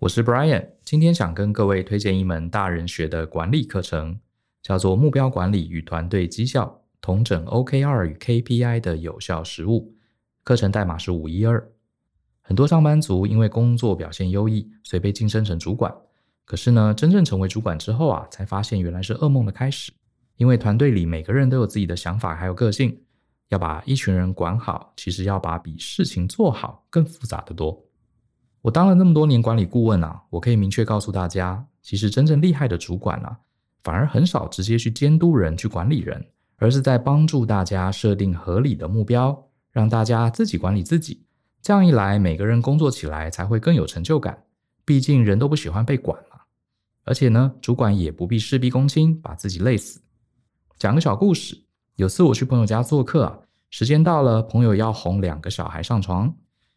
我是 Brian，今天想跟各位推荐一门大人学的管理课程，叫做《目标管理与团队绩效：同整 OKR 与 KPI 的有效实务》，课程代码是五一二。很多上班族因为工作表现优异，所以被晋升成主管。可是呢，真正成为主管之后啊，才发现原来是噩梦的开始，因为团队里每个人都有自己的想法还有个性，要把一群人管好，其实要把比事情做好更复杂的多。我当了那么多年管理顾问啊，我可以明确告诉大家，其实真正厉害的主管啊，反而很少直接去监督人、去管理人，而是在帮助大家设定合理的目标，让大家自己管理自己。这样一来，每个人工作起来才会更有成就感。毕竟人都不喜欢被管嘛。而且呢，主管也不必事必躬亲，把自己累死。讲个小故事，有次我去朋友家做客啊，时间到了，朋友要哄两个小孩上床。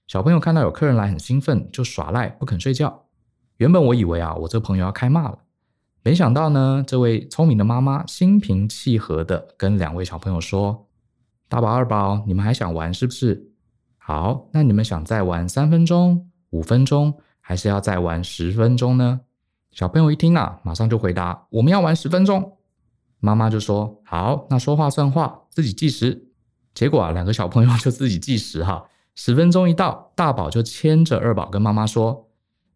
小朋友看到有客人来，很兴奋，就耍赖不肯睡觉。原本我以为啊，我这朋友要开骂了，没想到呢，这位聪明的妈妈心平气和的跟两位小朋友说：“大宝、二宝，你们还想玩是不是？好，那你们想再玩三分钟、五分钟，还是要再玩十分钟呢？”小朋友一听啊，马上就回答：“我们要玩十分钟。”妈妈就说：“好，那说话算话，自己计时。”结果啊，两个小朋友就自己计时哈、十分钟一到，大宝就牵着二宝跟妈妈说：“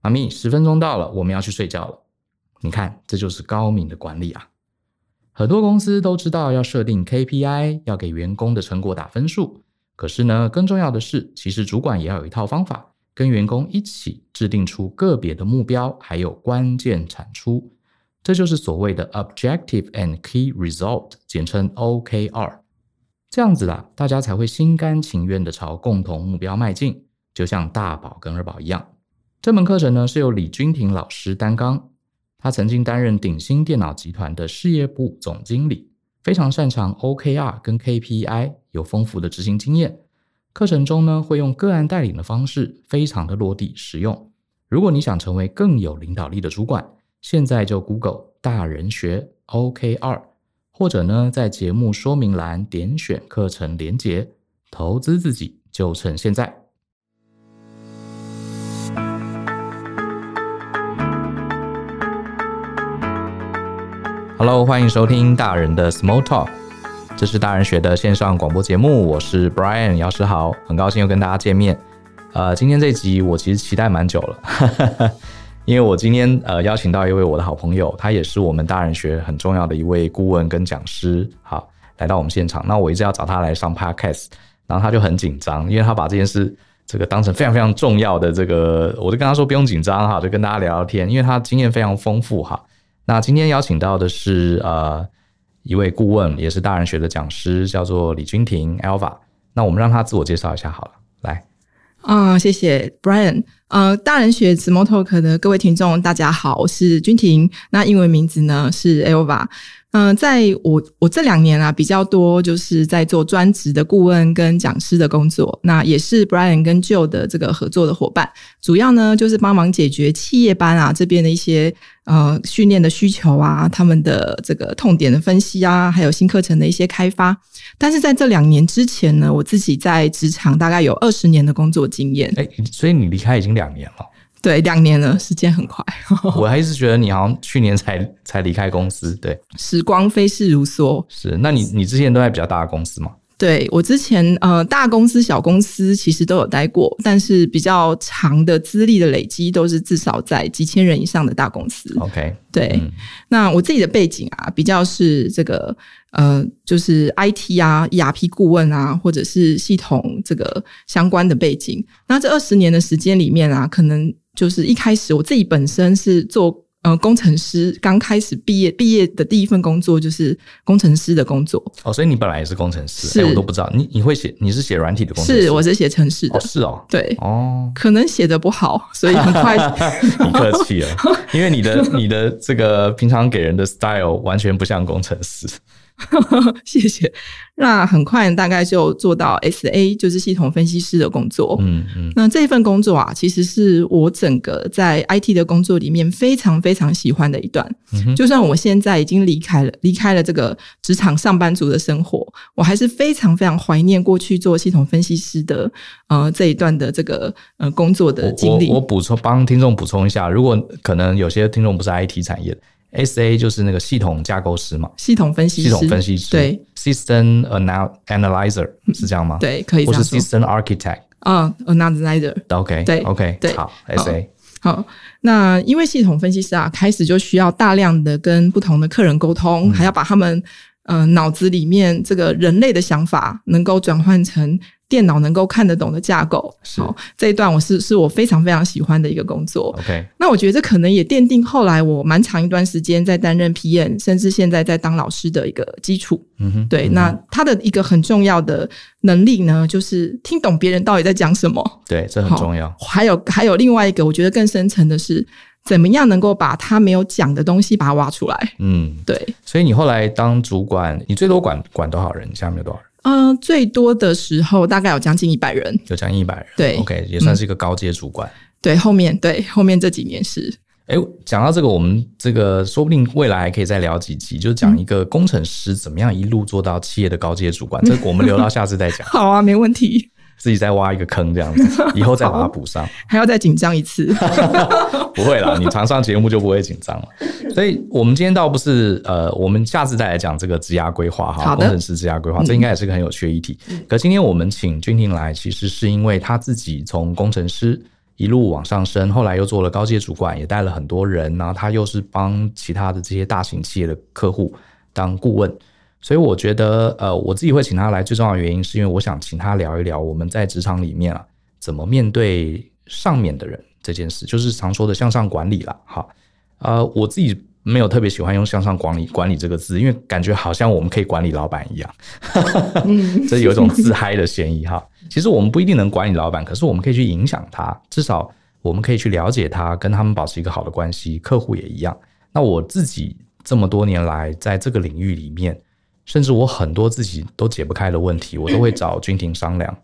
妈咪，十分钟到了，我们要去睡觉了。”你看，这就是高明的管理啊！很多公司都知道要设定 KPI，要给员工的成果打分数。可是呢，更重要的是，其实主管也要有一套方法，跟员工一起制定出个别的目标，还有关键产出。这就是所谓的 Objective and Key Result，简称 OKR。这样子啦，大家才会心甘情愿地朝共同目标迈进，就像大宝跟二宝一样。这门课程呢是由李君婷老师担纲，他曾经担任鼎新电脑集团的事业部总经理，非常擅长 OKR 跟 KPI，有丰富的执行经验。课程中呢会用个案带领的方式，非常的落地实用。如果你想成为更有领导力的主管，现在就 Google 大人学 OKR。或者呢，在节目说明栏点选课程连结，投资自己就趁现在。Hello，欢迎收听大人的 Small Talk，这是大人学的线上广播节目，我是 Brian 姚诗豪，很高兴又跟大家见面。呃，今天这集我其实期待蛮久了，因为我今天呃邀请到一位我的好朋友，他也是我们大人学很重要的一位顾问跟讲师，好来到我们现场。那我一直要找他来上 podcast，然后他就很紧张，因为他把这件事这个当成非常非常重要的这个，我就跟他说不用紧张哈，就跟大家聊聊天，因为他经验非常丰富哈。那今天邀请到的是呃一位顾问，也是大人学的讲师，叫做李君婷 Alva。那我们让他自我介绍一下好了，来。啊、谢谢 Brian。呃，大人学 Small Talk 的各位听众，大家好，我是君婷。那英文名字呢是 Elva。嗯、在我我这两年啊，比较多就是在做专职的顾问跟讲师的工作，那也是 Brian 跟 Joe 的这个合作的伙伴，主要呢就是帮忙解决企业班啊这边的一些呃训练的需求啊，他们的这个痛点的分析啊，还有新课程的一些开发。但是在这两年之前呢，我自己在职场大概有二十年的工作经验，哎、所以你离开已经两年了，对，两年了，时间很快， 我还一直觉得你好像去年才才离开公司，对，时光飞逝如梭。是。那你你之前都在比较大的公司嘛？对我之前呃大公司、小公司其实都有待过，但是比较长的资历的累积都是至少在几千人以上的大公司。 ？OK，对，嗯那我自己的背景啊，比较是这个呃，就是 IT 啊、ERP 顾问啊，或者是系统这个相关的背景。那这二十年的时间里面啊，可能就是一开始我自己本身是做呃工程师，刚开始毕业毕业的第一份工作就是工程师的工作，哦，所以你本来也是工程师，是哎、我都不知道，你你会写，你是写软体的工程师？是我是写程式的，哦，是哦，对，哦，可能写的不好，所以很 快你客气 了，因为你的你的这个平常给人的 style 完全不像工程师，谢谢。那很快大概就做到 SA，就是系统分析师的工作。嗯嗯那这份工作啊，其实是我整个在 IT 的工作里面非常非常喜欢的一段。嗯哼，就算我现在已经离开了，离开了这个职场上班族的生活，我还是非常非常怀念过去做系统分析师的呃这一段的这个呃工作的经历我我。我补充帮听众补充一下，如果可能有些听众不是 IT 产业的，SA 就是那个系统架构师嘛，系统分析师，系统分析师，对嗯，System Anal Analyzer 是这样吗？，对，可以啊这或样是说。 System Architect。啊、a n o t h e r neither。 OK，对 OK，对好，SA，好，那因为系统分析师啊，开始就需要大量的跟不同的客人沟嗯通，还要把他们呃脑子里面这个人类的想法能够转换成电脑能够看得懂的架构。是好，这一段我是是我非常非常喜欢的一个工作。 OK，那我觉得这可能也奠定后来我蛮长一段时间在担任 PM，甚至现在在当老师的一个基础。嗯哼，对，嗯那他的一个很重要的能力呢，就是听懂别人到底在讲什么。对，这很好重要，还有还有另外一个，我觉得更深层的是，怎么样能够把他没有讲的东西把它挖出来？嗯，对，所以你后来当主管，你最多管管多少人？下面有多少人？嗯、最多的时候大概有将近一百人。有将近一百人，对嗯，OK，也算是一个高阶主管。对，后面对后面这几年是哎、讲到这个，我们这个说不定未来还可以再聊几集，就嗯讲一个工程师怎么样一路做到企业的高阶主管，这个我们留到下次再 讲，好啊，没问题， 自己再挖一个坑这样子，以后再把它补上。还要再紧张一次。 不会啦，你常上节目就不会紧张了。所以，我们今天倒不是呃，我们下次再来讲这个职涯规划哈，好的工嗯程师职涯规划，这应该也是个很有趣的议题。可今天我们请君婷来，其实是因为他自己从工程师一路往上升，后来又做了高阶主管，也带了很多人，然后他又是帮其他的这些大型企业的客户当顾问。所以我觉得，呃，我自己会请他来，最重要的原因是因为我想请他聊一聊我们在职场里面啊，怎么面对上面的人这件事，就是常说的向上管理啦。哈，呃，我自己没有特别喜欢用向上管理管理这个字，因为感觉好像我们可以管理老板一样， 嗯，这有一种自嗨的嫌疑哈。其实我们不一定能管理老板，可是我们可以去影响他，至少我们可以去了解他，跟他们保持一个好的关系。客户也一样。那我自己这么多年来在这个领域里面，甚至我很多自己都解不开的问题，我都会找君婷商量。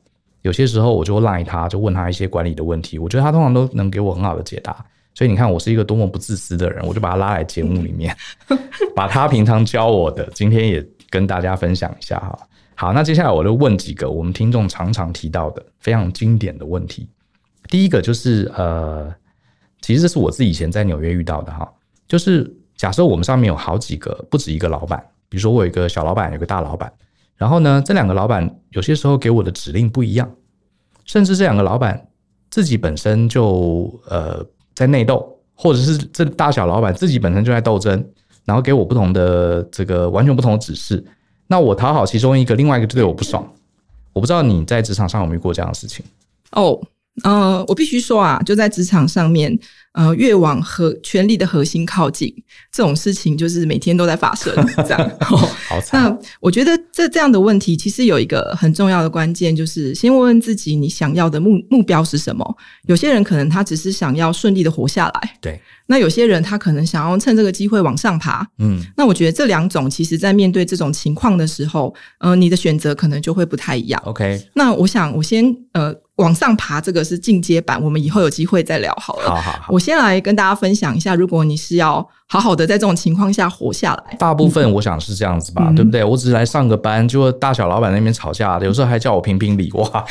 有些时候我就赖他，就问他一些管理的问题，我觉得他通常都能给我很好的解答。所以你看，我是一个多么不自私的人，我就把他拉来节目里面， 把他平常教我的，今天也跟大家分享一下哈。好，那接下来我就问几个我们听众常常提到的非常经典的问题。第一个就是呃，其实这是我自己以前在纽约遇到的哈，就是假设我们上面有好几个，不止一个老板，比如说我有一个小老板，有一个大老板，然后呢，这两个老板有些时候给我的指令不一样，甚至这两个老板自己本身就呃在内斗，或者是这大小老板自己本身就在斗争，然后给我不同的这个完全不同的指示，那我讨好其中一个，另外一个就对我不爽。我不知道你在职场上有没有遇过这样的事情？哦，呃，我必须说啊，就在职场上面，呃，越往核权力的核心靠近，这种事情就是每天都在发生，这样。 哦好惨，那我觉得这这样的问题，其实有一个很重要的关键，就是先问问自己，你想要的目目标是什么？有些人可能他只是想要顺利的活下来，对，那有些人他可能想要趁这个机会往上爬。嗯，那我觉得这两种，其实在面对这种情况的时候，呃，你的选择可能就会不太一样。 OK，那我想，我先呃往上爬，这个是进阶版，我们以后有机会再聊好了。好好好。我先来跟大家分享一下，如果你是要好好的在这种情况下活下来，大部分我想是这样子吧，嗯对不对？我只是来上个班，结果大小老板那边吵架，有时候还叫我评评理，哇，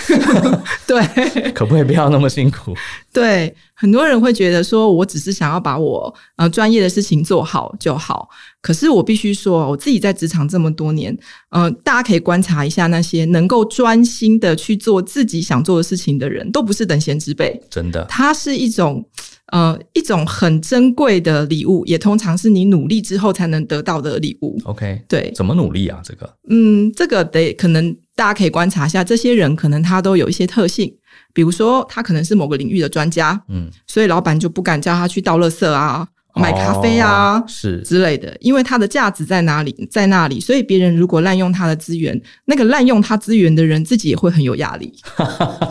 对，可不可以不要那么辛苦？对，很多人会觉得说，我只是想要把我呃专业的事情做好就好。可是我必须说，我自己在职场这么多年，呃，大家可以观察一下那些能够专心的去做自己想做的事情的人，都不是等闲之辈。真的，它是一种呃一种很珍贵的礼物，也通常是你努力之后才能得到的礼物。 OK，对，怎么努力啊？这个嗯，这个得可能大家可以观察一下，这些人可能他都有一些特性，比如说他可能是某个领域的专家，嗯所以老板就不敢叫他去倒垃圾啊，买咖啡啊、哦是之类的，因为它的价值在哪里，在那里，所以别人如果滥用它的资源，那个滥用它资源的人自己也会很有压 力。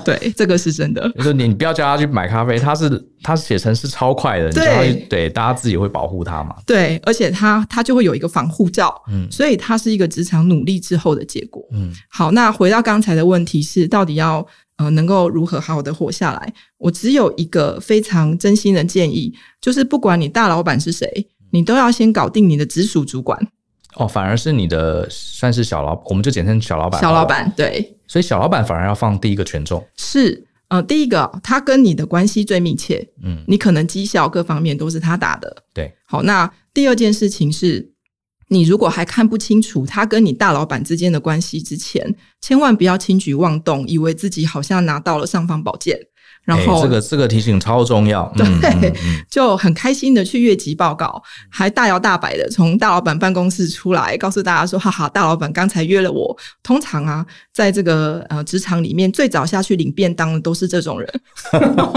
对，这个是真的。就是你，你不要叫他去买咖啡，他是他写程式超快的，你叫他去对对，大家自己会保护他嘛。对，而且他他就会有一个防护罩，嗯所以它是一个职场努力之后的结果。嗯，好，那回到刚才的问题是，到底要呃能够如何好好的活下来？我只有一个非常真心的建议，就是不管你大老板是谁，你都要先搞定你的直属主管、哦，反而是你的算是小老，我们就简称小老板。小老，板。对，所以小老板反而要放第一个权重。是呃，第一个，他跟你的关系最密切，嗯，你可能绩效各方面都是他打的。对，好，那第二件事情是。你如果还看不清楚他跟你大老板之间的关系之前，千万不要轻举妄动，以为自己好像拿到了尚方宝剑，然哎后、这个这个提醒超重要。嗯对嗯嗯就很开心的去越级报告，还大摇大摆的从大老板办公室出来，告诉大家说：“哈哈，大老板刚才约了我。”通常啊，在这个呃职场里面，最早下去领便当的都是这种人。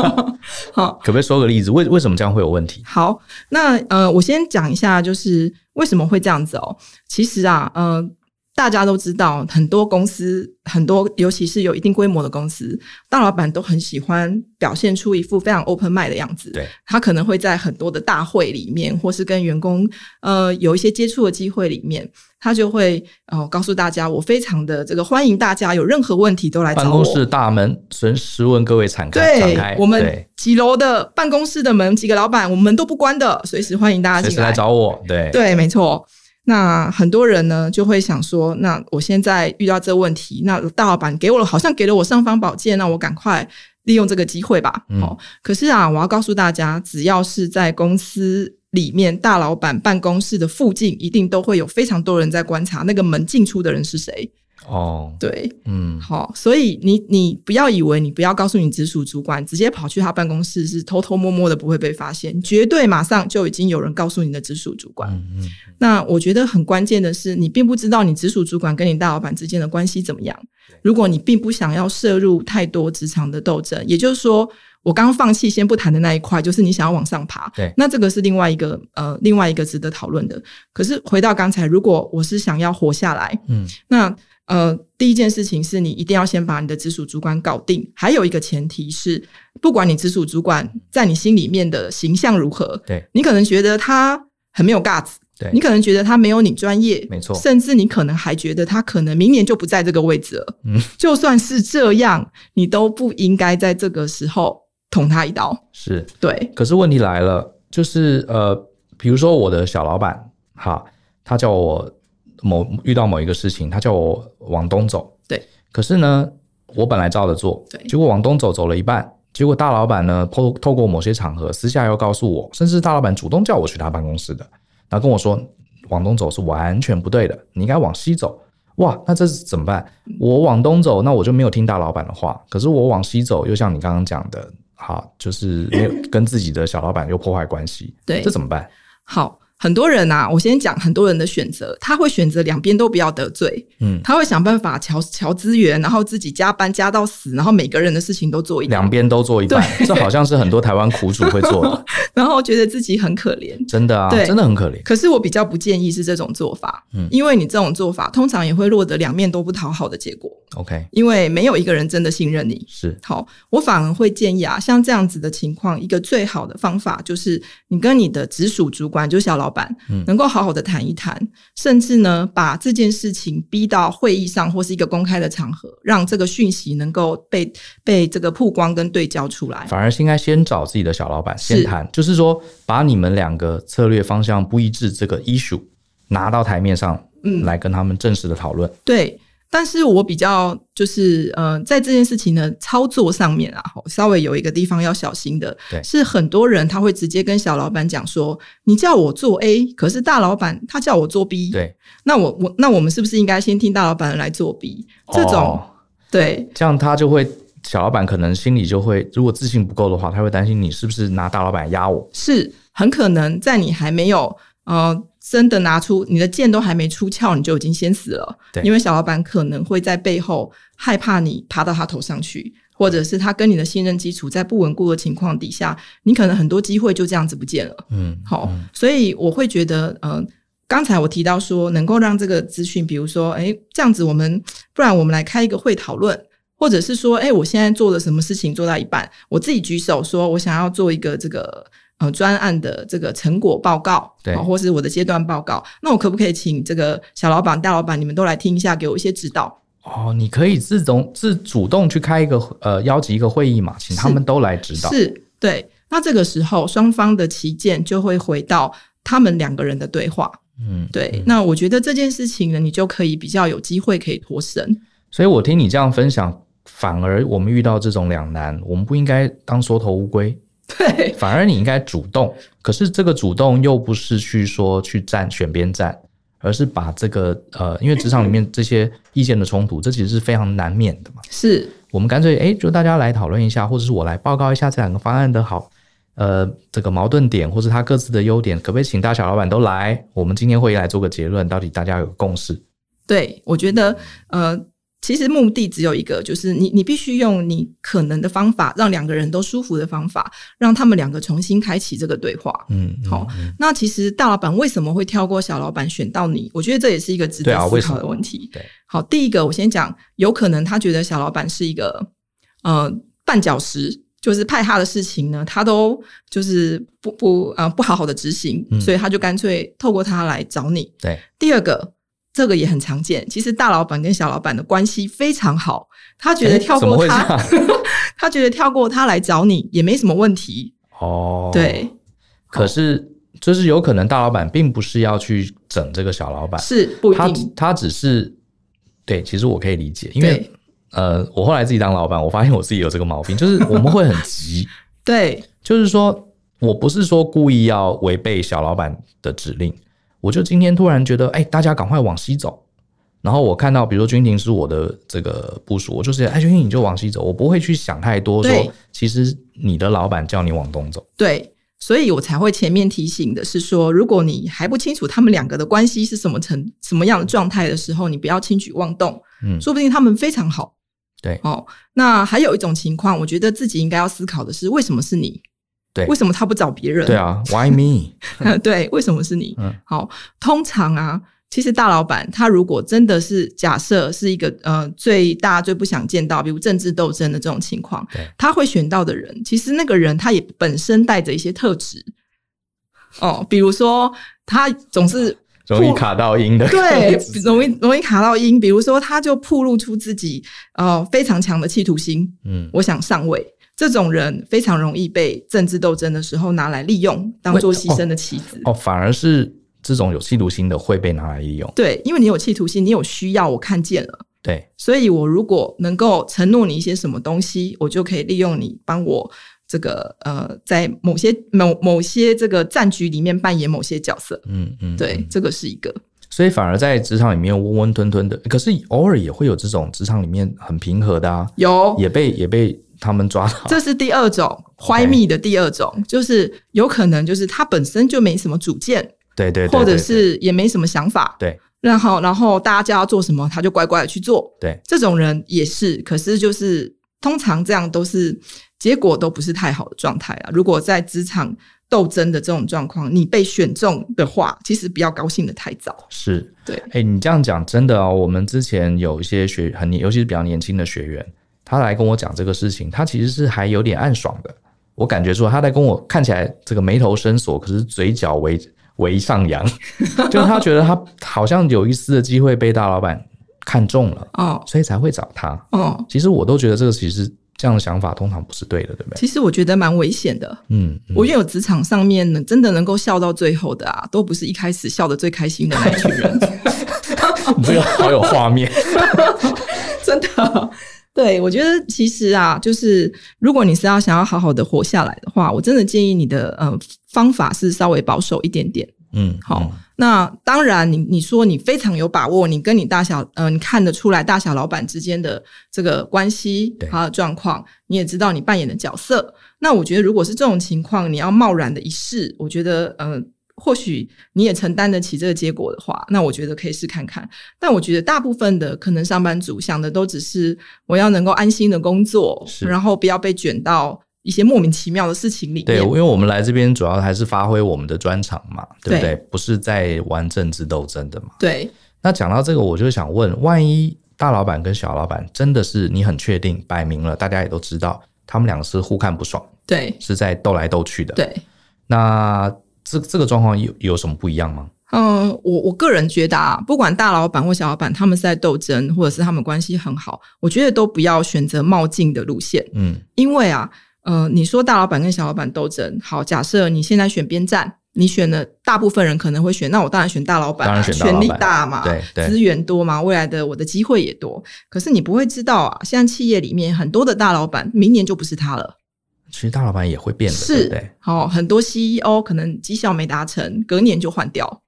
好可不可以说个例子？为为什么这样会有问题？好，那呃，我先讲一下，就是为什么会这样子哦。其实啊，呃。大家都知道，很多公司，很多尤其是有一定规模的公司，大老板都很喜欢表现出一副非常 open mind 的样子。对，他可能会在很多的大会里面，或是跟员工呃有一些接触的机会里面，他就会呃告诉大家，我非常的这个欢迎大家有任何问题都来办找公我。室大门，随时问各位敞开，敞对开，，我们对几楼的办公室的门，几个老板，我们门都不关的，随时欢迎大家随进时来找我。对，对，没错。那很多人呢就会想说，那我现在遇到这问题，那大老板给我了，好像给了我尚方宝剑，那我赶快利用这个机会吧。嗯哦，可是啊，我要告诉大家，只要是在公司里面，大老板办公室的附近，一定都会有非常多人在观察那个门进出的人是谁。哦，对，嗯，好，所以你你不要以为你不要告诉你直属主管，直接跑去他办公室是偷偷摸摸的不会被发现，绝对马上就已经有人告诉你的直属主管。嗯嗯，那我觉得很关键的是，你并不知道你直属主管跟你大老板之间的关系怎么样。如果你并不想要涉入太多职场的斗争，也就是说，我刚刚放弃先不谈的那一块，就是你想要往上爬。对那这个是另外一个呃，另外一个值得讨论的。可是回到刚才，如果我是想要活下来，嗯，那呃，第一件事情是你一定要先把你的直属主管搞定。还有一个前提是，不管你直属主管在你心里面的形象如何，对你可能觉得他很没有 guts，对你可能觉得他没有你专业，没错甚至你可能还觉得他可能明年就不在这个位置了。嗯嗯，就算是这样，你都不应该在这个时候捅他一刀。是。对，可是问题来了，就是呃，比如说我的小老板，哈，他叫我某遇到某一个事情，他叫我往东走，对。可是呢，我本来照着做，对结果往东走走了一半，结果大老板呢，透透过某些场合，私下又告诉我，甚至大老板主动叫我去他办公室的，然后跟我说，往东走是完全不对的，你应该往西走。哇，那这是怎么办？我往东走，那我就没有听大老板的话。可是我往西走，又像你刚刚讲的，好，就是没有跟自己的小老板又破坏关系，对这怎么办？好。很多人啊，我先讲很多人的选择，他会选择两边都不要得罪，嗯，他会想办法调调资源，然后自己加班加到死，然后每个人的事情都做一点两，边都做一半，这好像是很多台湾苦主会做 的，然后觉得自己很可怜。真的啊，对真的很可怜。可是我比较不建议是这种做法，嗯因为你这种做法通常也会落得两面都不讨好的结果， OK，因为没有一个人真的信任你。是，好，我反而会建议啊，像这样子的情况，一个最好的方法就是你跟你的直属主管，就是小老板，嗯能够好好的谈一谈，甚至呢，把这件事情逼到会议上或是一个公开的场合，让这个讯息能够被被这个曝光跟对焦出来。反而是应该先找自己的小老板是先谈，就是说把你们两个策略方向不一致这个 issue 拿到台面上，嗯来跟他们正式的讨论。对，但是我比较就是呃，在这件事情的操作上面啊，吼稍微有一个地方要小心的对，是很多人他会直接跟小老板讲说，你叫我做 A，可是大老板他叫我做 B，，对，那我我那我们是不是应该先听大老板来做 B？这种、哦对这样他就会小老板可能心里就会，如果自信不够的话，他会担心你是不是拿大老板压我。是很可能在你还没有呃。真的拿出你的剑都还没出鞘，你就已经先死了对。因为小老板可能会在背后害怕你爬到他头上去，或者是他跟你的信任基础在不稳固的情况底下，你可能很多机会就这样子不见了。嗯，好、嗯所以我会觉得，嗯、刚才我提到说，能够让这个资讯，比如说，哎，这样子，我们不然我们来开一个会讨论，或者是说，哎，我现在做了什么事情做到一半，我自己举手说，我想要做一个这个呃专案的这个成果报告，对哦或是我的阶段报告，那我可不可以请这个小老板、大老板你们都来听一下，给我一些指导？哦，你可以自动自主动去开一个呃，邀集一个会议嘛，请他是们都来指导。是，对。那这个时候，双方的旗舰就会回到他们两个人的对话。嗯，对，那我觉得这件事情呢，你就可以比较有机会可以脱身。 所以我听你这样分享，反而我们遇到这种两难，我们不应该当缩头乌龟，对，反而你应该主动。可是这个主动又不是去说去站选边站，而是把这个呃，因为职场里面这些意见的冲突，这其实是非常难免的嘛。是我们干脆哎，诶就大家来讨论一下，或者是我来报告一下这两个方案的好，呃，这个矛盾点，或是它各自的优点，可不可以请大小老板都来？我们今天会议来做个结论，到底大家有个共识？对，我觉得呃，其实目的只有一个，就是你你必须用你可能的方法，让两个人都舒服的方法，让他们两个重新开启这个对话。嗯，嗯好，那其实大老板为什么会挑过小老板选到你？我觉得这也是一个值对得啊思为什考么的问题。对好，第一个我先讲，有可能他觉得小老板是一个呃绊脚石，就是派他的事情呢，他都就是不不呃不好好的执行，嗯所以他就干脆透过他来找你。对，第二个。这个也很常见。其实大老板跟小老板的关系非常好，他觉得诶跳怎么过会他，这 他觉得跳过他来找你也没什么问题。哦，对，可是就是有可能大老板并不是要去整这个小老板，是不一他定。他只是对，其实我可以理解，因为对呃，我后来自己当老板，我发现我自己有这个毛病，就是我们会很急，对，就是说我不是说故意要违背小老板的指令，我就今天突然觉得，哎、大家赶快往西走。然后我看到，比如说军庭是我的这个部署，我就是哎，军庭你就往西走，我不会去想太多说，对其实你的老板叫你往东走，对，所以我才会前面提醒的是说，如果你还不清楚他们两个的关系是什么程什么样的状态的时候，你不要轻举妄动，嗯，说不定他们非常好。对哦，那还有一种情况，我觉得自己应该要思考的是，为什么是你？对为什么他不找别人？对，啊，Why me？ 对，为什么是你？嗯好，通常啊，其实大老板他如果真的是假设是一个呃最大最不想见到，比如政治斗争的这种情况对，他会选到的人，其实那个人他也本身带着一些特质，哦，比如说他总 是容易卡到音的，对容易容易卡到音，比如说他就暴露出自己呃非常强的企图心，嗯，我想上位。这种人非常容易被政治斗争的时候拿来利用，当做牺牲的棋子。哦，反而是这种有企图心的会被拿来利用，对，因为你有企图心，你有需要，我看见了，对，所以我如果能够承诺你一些什么东西，我就可以利用你帮我这个呃，在某些某某些这个战局里面扮演某些角色。嗯嗯，对，嗯这个是一个所以反而在职场里面温温吞吞的，可是偶尔也会有这种职场里面很平和的啊，有，也被也被他们抓到，哦这是第二种怀密的第二种，就是有可能就是他本身就没什么主见，对对对或者对是也没什么想法，对然后然后大家叫他做什么，他就乖乖的去做。对，这种人也是，可是就是通常这样都是结果都不是太好的状态啊。如果在职场斗争的这种状况，你被选中的话，其实不要高兴的太早。是，对哎、你这样讲真的哦，我们之前有一些学很年，尤其是比较年轻的学员，他来跟我讲这个事情，他其实是还有点暗爽的，我感觉说他在跟我看起来这个眉头深锁，可是嘴角微微上 扬，就是他觉得他好像有一丝的机会被大老板看中了，哦所以才会找他。哦，其实我都觉得这个其实这样的想法通常不是对的，对不对？其实我觉得蛮危险的。 嗯，嗯我觉得有职场上面呢，真的能够笑到最后的啊，都不是一开始笑的最开心的那一群人，哦你这个好有画面。 真的。对，我觉得其实啊，就是如果你是要想要好好的活下来的话，我真的建议你的呃方法是稍微保守一点点。嗯， 好，那当然你，你说你非常有把握，你跟你大小，嗯、你看得出来大小老板之间的这个关系对，还有状况，你也知道你扮演的角色。那我觉得，如果是这种情况，你要贸然的一试，我觉得，嗯、或许你也承担得起这个结果的话，那我觉得可以试看看。但我觉得大部分的可能上班族想的都只是我要能够安心的工作，是然后不要被卷到一些莫名其妙的事情里对，因面。为我们来这边主要还是发挥我们的专长嘛，对不对？对不是在玩政治斗争的嘛。对，那讲到这个，我就想问，万一大老板跟小老板真的是你很确定摆明了，大家也都知道，他们两个是互看不爽，对，是在斗来斗去的。，对。那这这个状况有有什么不一样吗？嗯，我我个人觉得啊，不管大老板或小老板，他们是在斗争，或者是他们关系很好，我觉得都不要选择冒进的路线，嗯，因为啊，呃，你说大老板跟小老板斗争，好，假设你现在选边站，你选了，大部分人可能会选，那我当然选大老板、当啊，然选大老权板力大嘛，对对啊资源多嘛，未来的我的机会也多。可是你不会知道啊，现在企业里面很多的大老板，明年就不是他了。其实大老板也会变的，对是不对？好、很多 CEO 可能绩效没达成，隔年就换掉。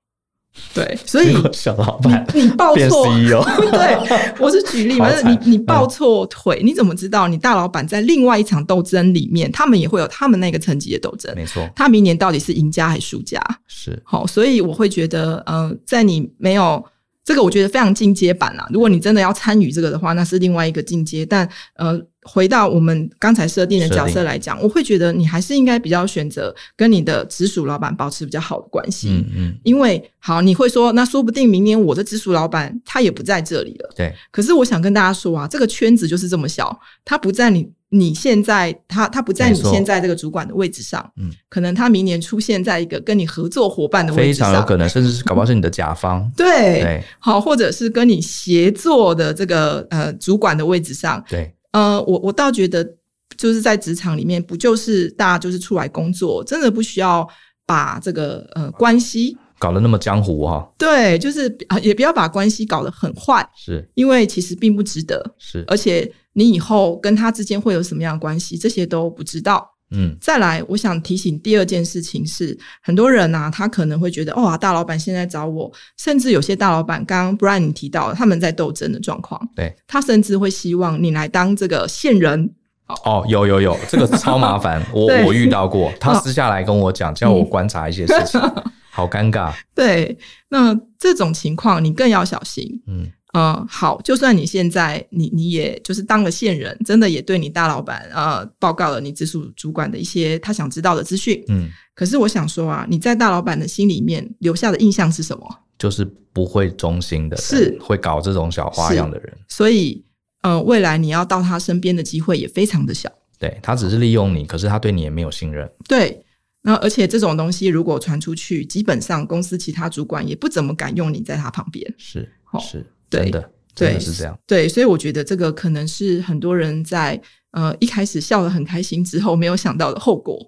对，所 以结果小老板你报变 E 错， CEO， 对我是举例嘛，好就是惨嗯你你报错腿，你怎么知道你大老板在另外一场斗争里面，他们也会有他们那个层级的斗争？没错，他明年到底是赢家还是输家？是好，所以我会觉得，呃，在你没有这个，我觉得非常进阶版啊啦。如果你真的要参与这个的话，那是另外一个进阶。但呃，回到我们刚才设定的角设色定来讲，我会觉得你还是应该比较选择跟你的直属老板保持比较好的关系。嗯嗯，因为好，你会说，那说不定明年我的直属老板他也不在这里了。对，可是我想跟大家说啊，这个圈子就是这么小，他不在你你现在他他不在你没错现在这个主管的位置上，嗯，可能他明年出现在一个跟你合作伙伴的位非置上，常有可能，甚至是搞不好是你的甲方， 对，对好，或者是跟你协作的这个呃主管的位置上，对，呃，我我倒觉得就是在职场里面，不就是大家就是出来工作，真的不需要把这个呃关系。搞得那么江湖哈、对，就是啊，也不要把关系搞得很坏，是因为其实并不值得。是，而且你以后跟他之间会有什么样的关系，这些都不知道。嗯，再来，我想提醒第二件事情是，很多人啊，他可能会觉得，哇，大老板现在找我，甚至有些大老板，刚刚 Brian 你提到他们在斗争的状况，对，他甚至会希望你来当这个线人，哦，有有有，这个超麻 烦，我对哦嗯我遇到过，他私下来跟我讲，叫我观察一些 事情，好尴尬，对，那这种情况你更要小心。嗯，呃，好，就算你现在你你也就是当了线人，真的也对你大老板呃报告了你直属主管的一些他想知道的资讯，嗯，可是我想说啊，你在大老板的心里面留下的印象是什么？就是不会忠心的人，是会搞这种小花样的人，所以，呃，未来你要到他身边的机会也非常的小。对他只是利用你，可是他对你也没有信任，对，那而且这种东西如果传出去，基本上公司其他主管也不怎么敢用你在他旁边。是哦是，对真的对真的是这样，对，所以我觉得这个可能是很多人在呃一开始笑得很开心之后没有想到的后果。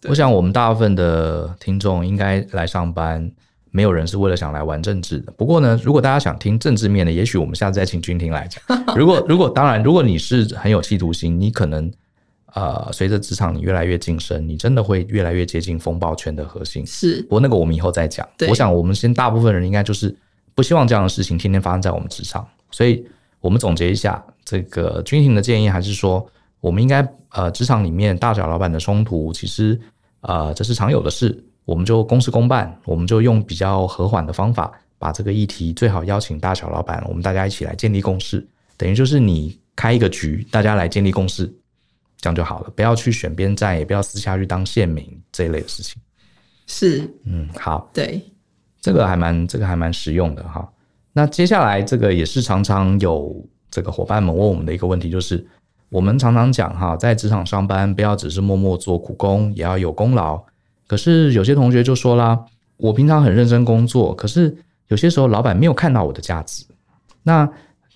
对我想我们大部分的听众应该来上班。没有人是为了想来玩政治的。不过呢，如果大家想听政治面的，也许我们下次再请君婷来讲。如果如果当然，如果你是很有企图心，你可能呃，随着职场你越来越晋升，你真的会越来越接近风暴圈的核心。是不过那个我们以后再讲。对我想我们先大部分人应该就是不希望这样的事情天天发生在我们职场，所以我们总结一下，这个军情的建议还是说，我们应该呃职场里面大小老板的冲突，其实呃这是常有的事，我们就公事公办，我们就用比较和缓的方法，把这个议题最好邀请大小老板，我们大家一起来建立共识，等于就是你开一个局，大家来建立共识。这样就好了，不要去选边站，也不要私下去当县民这一类的事情。是，嗯，好，对，这个还蛮这个还蛮实用的哈。那接下来这个也是常常有这个伙伴们问我们的一个问题，就是我们常常讲哈，在职场上班不要只是默默做苦工，也要有功劳。可是有些同学就说啦，我平常很认真工作，可是有些时候老板没有看到我的价值。那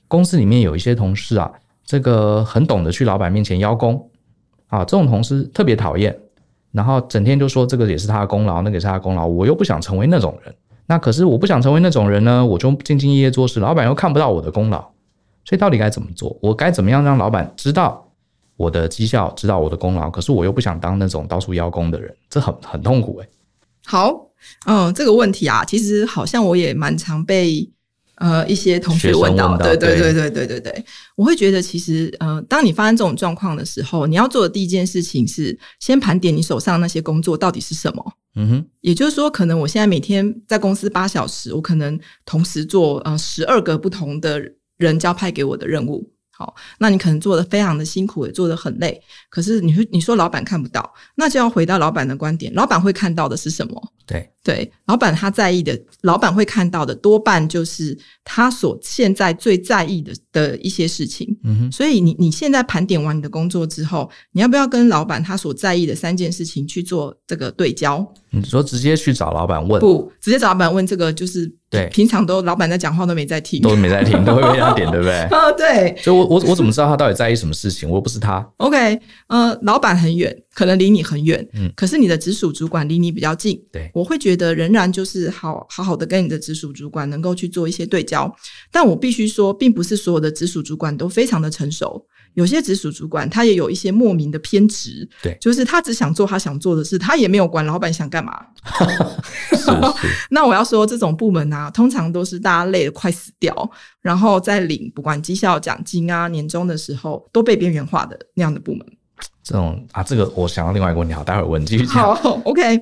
公司里面有一些同事啊，这个很懂得去老板面前邀功啊，这种同事特别讨厌。然后整天就说这个也是他的功劳，那个也是他的功劳，我又不想成为那种人。那可是我不想成为那种人呢，我就兢兢业业做事，老板又看不到我的功劳，所以到底该怎么做？我该怎么样让老板知道我的绩效，知道我的功劳？可是我又不想当那种到处邀功的人，这很很痛苦诶、欸好，嗯、这个问题啊，其实好像我也蛮常被呃一些同学问学生问到对对对对对对对对，我会觉得其实呃，当你发生这种状况的时候，你要做的第一件事情是先盘点你手上那些工作到底是什么。嗯哼，也就是说，可能我现在每天在公司八小时，我可能同时做呃十二个不同的人交派给我的任务。好，那你可能做的非常的辛苦，也做的很累。可是你说你说老板看不到，那就要回到老板的观点，老板会看到的是什么？对，对，老板他在意的，老板会看到的多半就是他所现在最在意的的一些事情。嗯哼，所以你你现在盘点完你的工作之后，你要不要跟老板他所在意的三件事情去做这个对焦？你说直接去找老板问，不，直接找老板问这个，就是对平常都老板在讲话都没在听。？都没在听，都会被他点，对不对啊，对 所以我我我怎么知道他到底在意什么事情？我又不是他， ，OK，呃，老板很远，可能离你很远，嗯可是你的直属主管离你比较近，对我会觉得仍然就是好好好的跟你的直属主管能够去做一些对焦，但我必须说，并不是所有的直属主管都非常的成熟，有些直属主管他也有一些莫名的偏执，对就是他只想做他想做的事，他也没有管老板想干嘛，是是， 那我要说，这种部门啊，通常都是大家累得快死掉，然后在领不管绩效奖金啊、年终的时候都被边缘化的那样的部门。这种啊，这个我想到另外一个问题，好，待会儿问，继续讲。好，OK，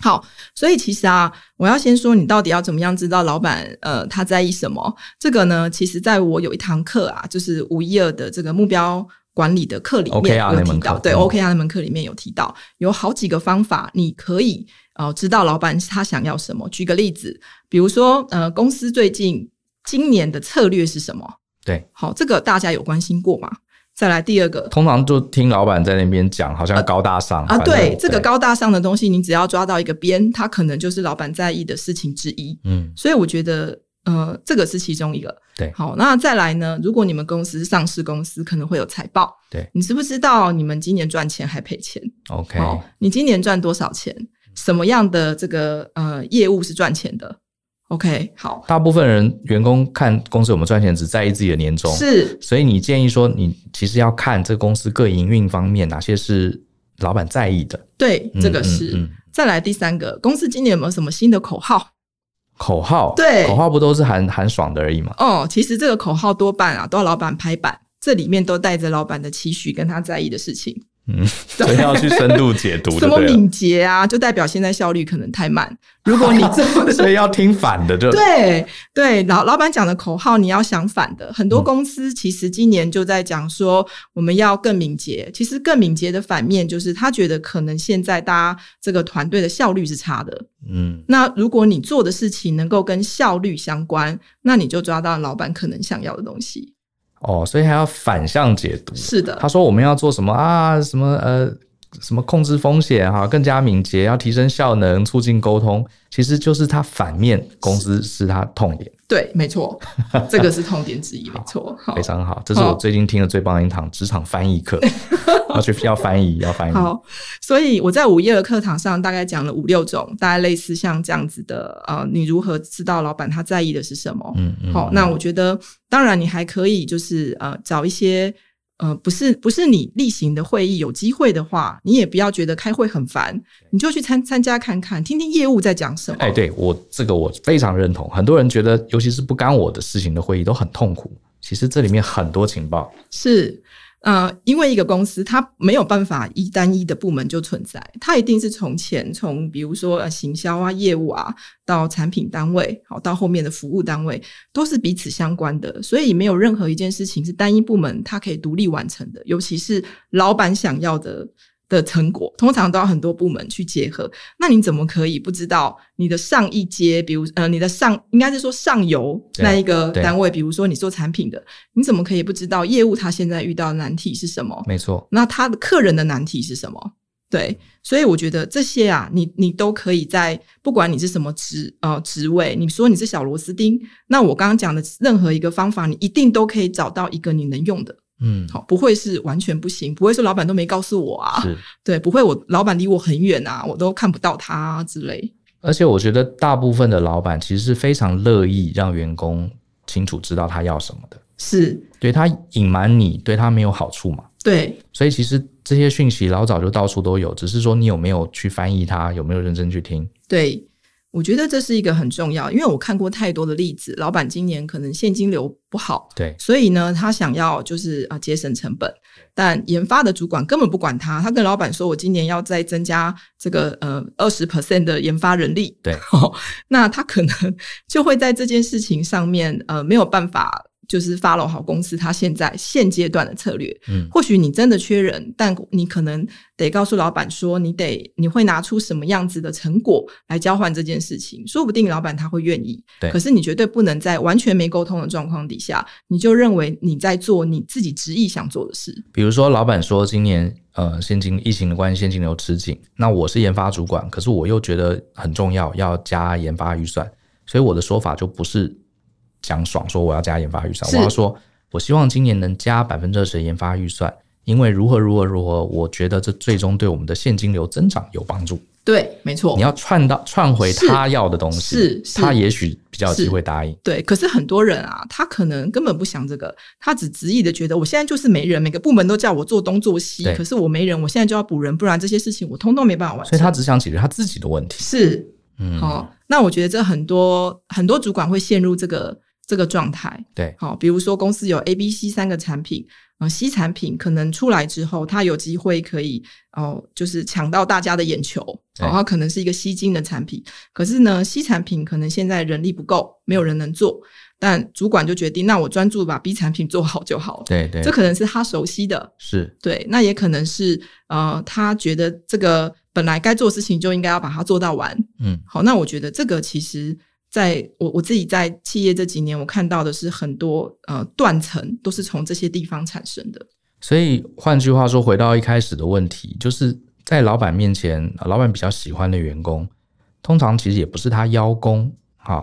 好。所以其实啊，我要先说，你到底要怎么样知道老板呃他在意什么？这个呢，其实在我有一堂课啊，就是五一二的这个目标。管理的课里 OK 面啊有那门提课到，对嗯 OK 啊那门课里面有提到，有好几个方法，你可以呃知道老板他想要什么。举个例子，比如说呃公司最近今年的策略是什么？对，好，这个大家有关心过吗？再来第二个，通常就听老板在那边讲，好像高大上啊，反正对，这个，高大上的东西，你只要抓到一个边，它可能就是老板在意的事情之一。嗯，所以我觉得，呃，这个是其中一个。对好，那再来呢？如果你们公司是上市公司，可能会有财报。对，你知不知道你们今年赚钱还赔钱？ ，OK，好，你今年赚多少钱？什么样的这个呃业务是赚钱的？OK，好，大部分人员工看公司有没有赚钱，只在意自己的年终，是所以你建议说，你其实要看这个公司各营运方面哪些是老板在意的，对，嗯这个是。嗯嗯再来第三个，公司今年有没有什么新的口号？口号，对口号不都是喊喊爽的而已嘛？哦，其实这个口号多半啊，都要老板拍板，这里面都带着老板的期许跟他在意的事情，嗯，所以要去深度解 读，什对么不对了？敏捷啊，就代表现在效率可能太慢。如果你 这么所以要听反的，就对对，老老板讲的口号，你要想反的。很多嗯公司其实今年就在讲说，我们要更敏捷。其实更敏捷的反面就是，他觉得可能现在大家这个团队的效率是差的。嗯，那如果你做的事情能够跟效率相关，那你就抓到老板可能想要的东西。哦，所以还要反向解读。是的，他说我们要做什么啊？什么呃，什么控制风险哈、更加敏捷，要提升效能，促进沟通，其实就是他反面公司是他痛点，对， 没 错，这个是痛点之一，没错。好非，常好。这是我最近听的最棒的一堂职场翻译 课，要去要翻译，要翻译。好，所以我在午夜的课堂上大概讲了五六种，大概类似像这样子的，呃，你如何知道老板他在意的是什么？嗯嗯，好，那我觉得，当然你还可以就是呃，找一些呃，不是不是你例行的会议，有机会的话，你也不要觉得开会很烦，你就去参参加看看，听听业务在讲什么。哎，对我这个我非常认同。很多人觉得，尤其是不干我的事情的会议都很痛苦。其实这里面很多情报，是，呃，因为一个公司它没有办法一单一的部门就存在，它一定是从前从比如说呃行销啊、业务啊，到产品单位，好到后面的服务单位，都是彼此相关的，所以没有任何一件事情是单一部门它可以独立完成的，尤其是老板想要的。的成果通常都要很多部门去结合，那你怎么可以不知道你的上一阶，比如呃你的上应该是说上游对那一个对单位，比如说你做产品的，你怎么可以不知道业务他现在遇到的难题是什么？没错。那他的客人的难题是什么？对，所以我觉得这些啊，你你都可以在不管你是什么职呃职位，你说你是小螺丝钉，那我刚刚讲的任何一个方法，你一定都可以找到一个你能用的，嗯，好，不会是完全不行，不会说老板都没告诉我啊，是。对，不会我老板离我很远啊，我都看不到他、啊、之类，而且我觉得大部分的老板其实是非常乐意让员工清楚知道他要什么的，是对他隐瞒你对他没有好处嘛。对，所以其实这些讯息老早就到处都有，只是说你有没有去翻译它，有没有认真去听。对，我觉得这是一个很重要，因为我看过太多的例子，老板今年可能现金流不好，对，所以呢，他想要就是啊节省成本，但研发的主管根本不管他，他跟老板说：“我今年要再增加这个呃二十 percent 的研发人力。” 对哦那他可能 就会在这件事情上面呃没有办法。就是 follow 好公司他现在现阶段的策略，嗯，或许你真的缺人，但你可能得告诉老板说，你得你会拿出什么样子的成果来交换这件事情，说不定老板他会愿意。对可是你绝对不能在完全没沟通的状况底下，你就认为你在做你自己执意想做的事。比如说老板说今年呃现金疫情的关系现金流吃紧，那我是研发主管，可是我又觉得很重要要加研发预算，所以我的说法就不是讲爽说我要加研发预算，是我要说我希望今年能加百分之二十的研发预算，因为如何如何如何，我觉得这最终对我们的现金流增长有帮助。对，没错你。要串到串回是他要的东西，哦是是他也许比较有机是会答应。对，可是很多人啊，他可能根本不想这个，他只执意的觉得我现在就是没人，每个部门都叫我做东做西对，可是我没人，我现在就要补人，不然这些事情我通通没办法完成。所以他只想解决他自己的问题。是嗯，好、那我觉得这很多很多主管会陷入这个这个状态。对，好、比如说公司有 A、B、C 三个产品，呃，C 产品可能出来之后，它有机会可以哦、就是抢到大家的眼球，对然后、它可能是一个吸睛的产品。可是呢，C 产品可能现在人力不够，没有人能做，但主管就决定，那我专注把 B 产品做好就好了。对对这，可能是他熟悉的，是对，那也可能是呃，他觉得这个本来该做的事情就应该要把它做到完。嗯，好，那我觉得这个其实在我我自己在企业这几年，我看到的是很多呃断层都是从这些地方产生的。所以换句话说，回到一开始的问题，就是在老板面前，呃老板比较喜欢的员工，通常其实也不是他邀功，哈、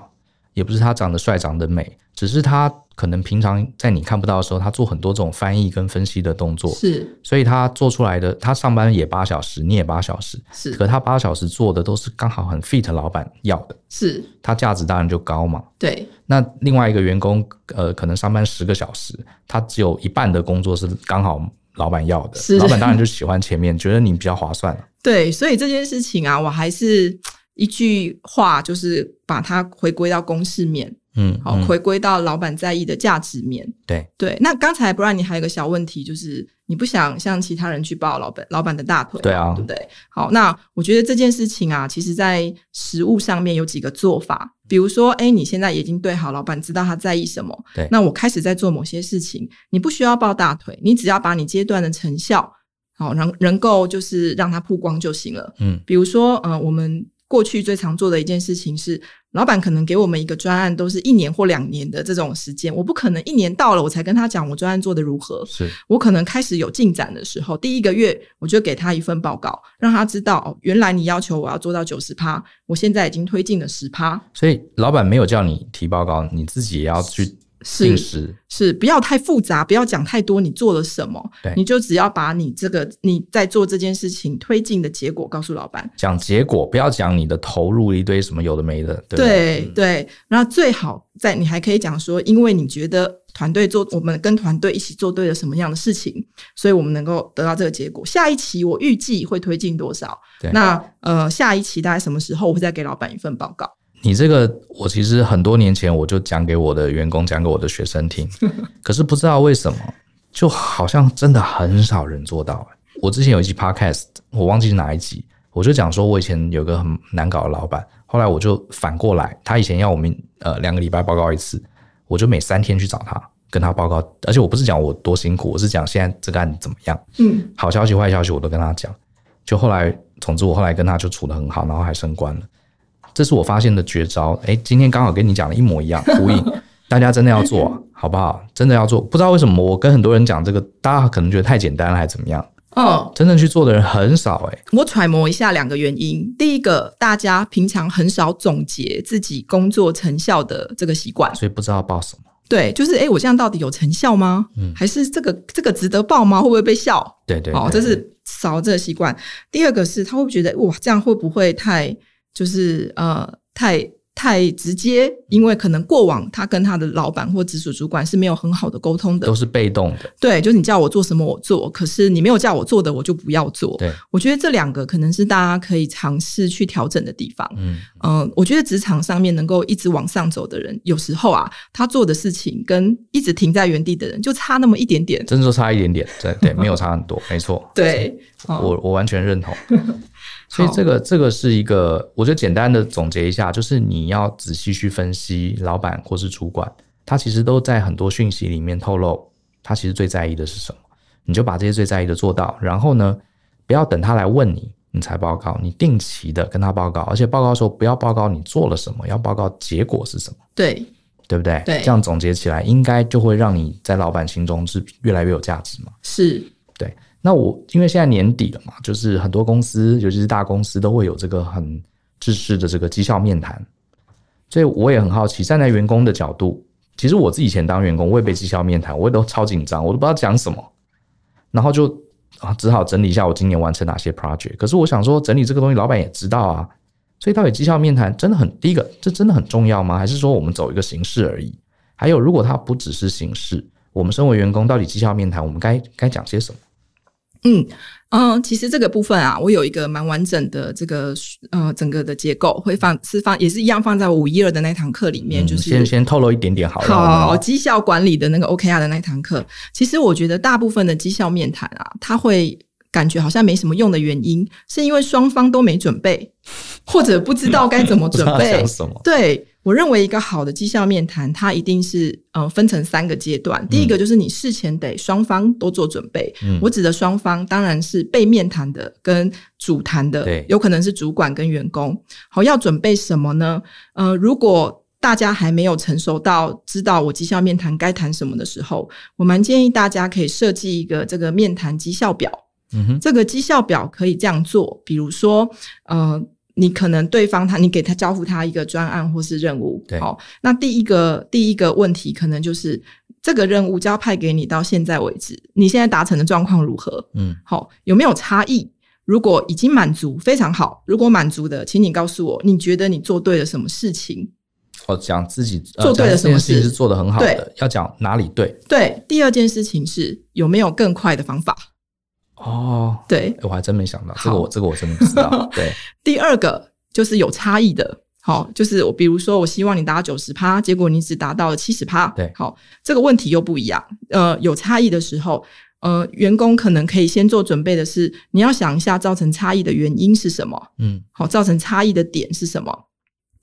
也不是他长得帅、长得美，只是他可能平常在你看不到的时候，他做很多这种翻译跟分析的动作，是所以他做出来的，他上班也八小时，你也八小时，是可他八小时做的都是刚好很 fit 老板要的，是，他价值当然就高嘛。对那另外一个员工，呃，可能上班十个小时，他只有一半的工作是刚好老板要的，是老板当然就喜欢前面，觉得你比较划算了。啊对，所以这件事情啊，我还是一句话，就是把它回归到公式面，嗯，好、嗯回归到老板在意的价值面。对对，那刚才不然你还有一个小问题，就是你不想像其他人去抱老板老板的大腿嘛，对啊对不对？好，那我觉得这件事情啊，其实在实物上面有几个做法，比如说，哎，你现在已经对好老板知道他在意什么，对那我开始在做某些事情，你不需要抱大腿，你只要把你阶段的成效，好，能能够就是让它曝光就行了。嗯，比如说，呃，我们过去最常做的一件事情是，老板可能给我们一个专案，都是一年或两年的这种时间，我不可能一年到了我才跟他讲我专案做的如何。是我可能开始有进展的时候，第一个月我就给他一份报告，让他知道哦，原来你要求我要做到九十趴，我现在已经推进了十趴，所以老板没有叫你提报告，你自己也要去进是食。是，不要太复杂，不要讲太多，你做了什么对，你就只要把你这个你在做这件事情推进的结果告诉老板，讲结果，不要讲你的投入一堆什么有的没的，对不嗯对对，然后最好在你还可以讲说，因为你觉得团队做，我们跟团队一起做对了什么样的事情，所以我们能够得到这个结果。下一期我预计会推进多少对？那呃，下一期大概什么时候我会再给老板一份报告？你这个，我其实很多年前我就讲给我的员工，讲给我的学生听，可是不知道为什么，就好像真的很少人做到、欸我之前有一集 podcast，我忘记是哪一集，我就讲说我以前有个很难搞的老板，后来我就反过来，他以前要我们呃两个礼拜报告一次，我就每三天去找他。跟他报告，而且我不是讲我多辛苦，我是讲现在这个案子怎么样，嗯，好消息、坏消息我都跟他讲。就后来，总之我后来跟他就处得很好，然后还升官了。这是我发现的绝招。哎，今天刚好跟你讲的一模一样，呼应。大家真的要做啊、好不好？真的要做。不知道为什么，我跟很多人讲这个，大家可能觉得太简单了，还怎么样？哦，真正去做的人很少、诶我揣摩一下两个原因。第一个，大家平常很少总结自己工作成效的这个习惯哎，，所以不知道报什么。对，就是诶，我这样到底有成效吗？嗯还是这个这个值得报吗？会不会被笑？对对哦，对这是少这个习惯。第二个是他会不会觉得哇，这样会不会太就是呃太太直接，因为可能过往他跟他的老板或直属主管是没有很好的沟通的都。是被动的，对，就是你叫我做什么我做，可是你没有叫我做的我就不要做。对，我觉得这两个可能是大家可以尝试去调整的地方。嗯，嗯、我觉得职场上面能够一直往上走的人，有时候啊，他做的事情跟一直停在原地的人就差那么一点点。真的说差一点点，对对，没有差很多，没错，对，哦、我我完全认同。所以这个这个是一个，我就简单的总结一下，就是你要仔细去分析老板或是主管，他其实都在很多讯息里面透露，他其实最在意的是什么，你就把这些最在意的做到，然后呢，不要等他来问你，你才报告，你定期的跟他报告，而且报告的时候不要报告你做了什么，要报告结果是什么，对，对不对？对这样总结起来，应该就会让你在老板心中是越来越有价值嘛。是，那我因为现在年底了嘛，就是很多公司，尤其是大公司，都会有这个很制式的这个绩效面谈，所以我也很好奇，站在员工的角度，其实我自己以前当员工，我也被绩效面谈，我也都超紧张，我都不知道讲什么，然后就啊，只好整理一下我今年完成哪些 project。可是我想说，整理这个东西，老板也知道啊，所以到底绩效面谈真的很第一个，这真的很重要吗？还是说我们走一个形式而已？还有，如果它不只是形式，我们身为员工，到底绩效面谈我们该该讲些什么？嗯嗯，其实这个部分啊，我有一个蛮完整的这个呃整个的结构，会放是放也是一样放在五一二的那堂课里面，嗯就是先先透露一点点好了。哦让我好们绩效管理的那个 OKR 的那一堂课，其实我觉得大部分的绩效面谈啊，它会感觉好像没什么用的原因，是因为双方都没准备，或者不知道该怎么不知准道备讲。什么？对我认为一个好的绩效面谈，它一定是呃分成三个阶段。第一个就是你事前得双方都做准备。嗯我指的双方当然是被面谈的跟主谈的对，有可能是主管跟员工。好，要准备什么呢？呃，如果大家还没有成熟到知道我绩效面谈该谈什么的时候，我蛮建议大家可以设计一个这个面谈绩效表。嗯哼，这个绩效表可以这样做，比如说，呃，你可能对方他你给他交付他一个专案或是任务，对好、那第一个第一个问题可能就是这个任务交派给你到现在为止，你现在达成的状况如何？嗯，好、有没有差异？如果已经满足，非常好。如果满足的，请你告诉我，你觉得你做对了什么事情？我讲自己呃做对了讲这件什么事情事是做的很好的，要讲哪里对对，第二件事情是有没有更快的方法？哦。对，诶我还真没想到，好这个我这个我真的不知 道。对，第二个就是有差异的，好，就是我比如说我希望你达到九十趴，结果你只达到了七十趴，对好，这个问题又不一样。呃，有差异的时候，呃，员工可能可以先做准备的是，你要想一下造成差异的原因是什么，嗯好，造成差异的点是什么？